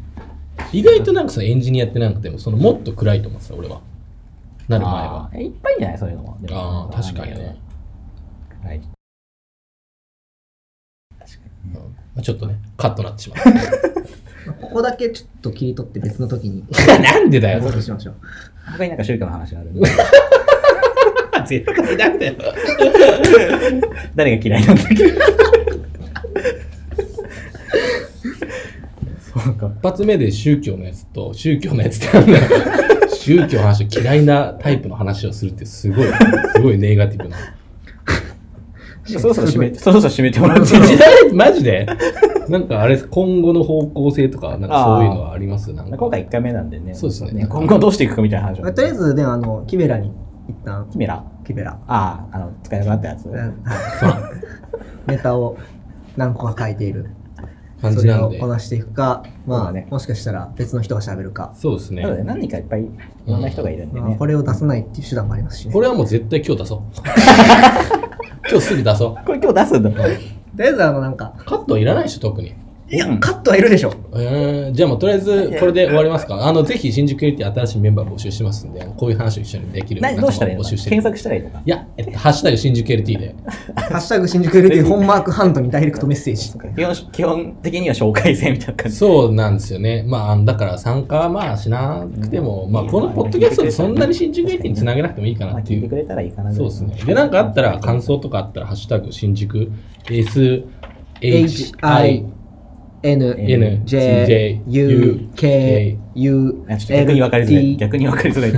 Speaker 1: 意外となんかそのエンジニアってなんかでも、そのもっと暗いと思ってた、俺は。なる前は
Speaker 3: あ。ーえいっぱいじゃないそういうのも。でも
Speaker 1: ああ、確かに。
Speaker 3: わんない
Speaker 1: ね
Speaker 3: よ。はい。
Speaker 1: まあちょっとね、カットなってしまっ
Speaker 2: ここだけちょっと切り取って別の時に、
Speaker 1: た。なんでだよ、
Speaker 2: お届けしましょう。
Speaker 3: 他になんか宗教の話があ る。
Speaker 1: 絶対ダメだよ。
Speaker 3: 誰が嫌いなんだっけそうか。
Speaker 1: 一発目で宗教のやつと、宗教のやつってなんだよ。宗教の話を嫌いなタイプの話をするってすごい、すごいネガティブな。
Speaker 3: そろそろ締めて、そろそろ締めてもらっていい ですか
Speaker 1: 時代マジでなんかあれ、今後の方向性とか、なんかそういうのはありますなんか
Speaker 3: 今回1回目なんでね、
Speaker 1: そうですね
Speaker 3: 今後どうしていくかみたいな話
Speaker 2: ま
Speaker 3: を。
Speaker 2: あとりあえず、でも、あの、キベラに一旦、
Speaker 3: キメラ
Speaker 2: キベラ、
Speaker 3: ああ、あの、使えなくなったやつ。
Speaker 2: うん
Speaker 1: そうな
Speaker 2: ネタを何個か書いている。
Speaker 1: 感
Speaker 2: そ
Speaker 1: じ
Speaker 2: れ
Speaker 1: なん
Speaker 2: を
Speaker 1: で
Speaker 2: こ。なしていくか、
Speaker 3: そう
Speaker 2: まあ、
Speaker 3: だね
Speaker 2: もしかしたら別の人が喋るか、
Speaker 1: そうですね
Speaker 3: な。ので、何人かいっぱいいろんな人がいるんで
Speaker 2: まあ
Speaker 3: ね。
Speaker 2: これを出さないっていう手段もありますしね。
Speaker 1: これはもう絶対今日出そう。 今日すぐ出そう。
Speaker 3: これ今日出すんだ。
Speaker 2: とりあえず、あの、なんか、
Speaker 1: カットはいらないでしょ、特に。
Speaker 2: いや
Speaker 3: う、ん
Speaker 2: カットはいるでしょ。
Speaker 1: えーじゃあもうとりあえずこれで終わりますか。あのぜひ新宿エリティ新しいメンバー募集してますんで、こういう話を一緒にできる
Speaker 3: 何どうしたらいいの
Speaker 1: 募集して
Speaker 3: 検
Speaker 1: る。
Speaker 3: 索したらいいのか。
Speaker 1: いや、えっと、ハッシュタグ新宿 LT で。
Speaker 2: ハッシュタグ新宿 LT 本マークハンドにダイレクトメッセージ。
Speaker 3: 基本基本的には紹介制みたいな感じ。
Speaker 1: そうなんですよね。まああの、だから参加はまあしなくても、まあ、このポッドキャストでそんなに新宿 LT につなげなくてもいいか
Speaker 3: ま
Speaker 1: な
Speaker 3: あ、
Speaker 1: って
Speaker 3: 聞い
Speaker 1: い
Speaker 3: て
Speaker 1: う
Speaker 3: く。れたらいいかなぐ
Speaker 1: そ
Speaker 3: ら
Speaker 1: う
Speaker 3: い
Speaker 1: ですね。で、なんかあったら感想とかあったら、ハッシュタグ新宿 SHIN
Speaker 2: N, J, U, K, U,
Speaker 3: あちょっと逆に分かりづらい。
Speaker 2: L,
Speaker 3: 逆に分かりづらい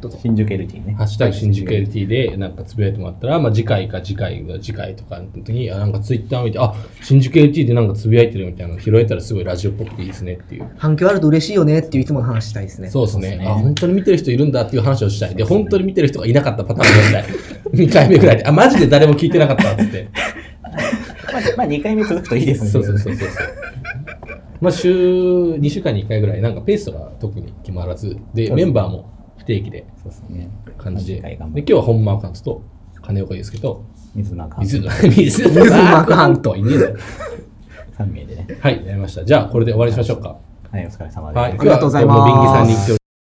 Speaker 2: どうぞ。
Speaker 3: 新宿 LT ね
Speaker 1: ハ。ッシュタグ新宿 LT でなんかつぶやいてもらったら、まあ、次回か次回の次回とかの時に、あなんかツイッター見て、あ新宿 LT でなんかつぶやいてるみたいなの拾えたらすごいラジオっぽくていいですねっていう。
Speaker 2: 反響あると嬉しいよねっていういつもの話したいですね。
Speaker 1: そうですね
Speaker 3: そうですね
Speaker 1: あ、本当に見てる人いるんだっていう話をしたい。で、本当に見てる人がいなかったパターンを やりたい。2回目ぐらいで、あ、マジで誰も 聞いてなかったっつって。
Speaker 3: まあ、まあ、2回目続くといいですね。
Speaker 1: そうそうそうそう。まあ、週、2週間に1回ぐらい、なんかペースとか特に決まらず、で、メンバーも不定期で
Speaker 3: そうですね。
Speaker 1: 感じで。
Speaker 3: まあ
Speaker 1: で、
Speaker 3: 次回頑
Speaker 1: 今
Speaker 3: 張る
Speaker 1: 日は本間アカウントと金岡ですけど、
Speaker 3: 水の中
Speaker 1: 水野、 水野
Speaker 2: 水野
Speaker 1: マークハン トいねえだろ
Speaker 3: 3名でね。
Speaker 1: はい、やりました。じゃあ、これで終わりにしましょうか。
Speaker 3: はい、お疲れ様です。
Speaker 1: はい、
Speaker 2: ありがとうございます
Speaker 1: 今日はどもビンギさんに来ており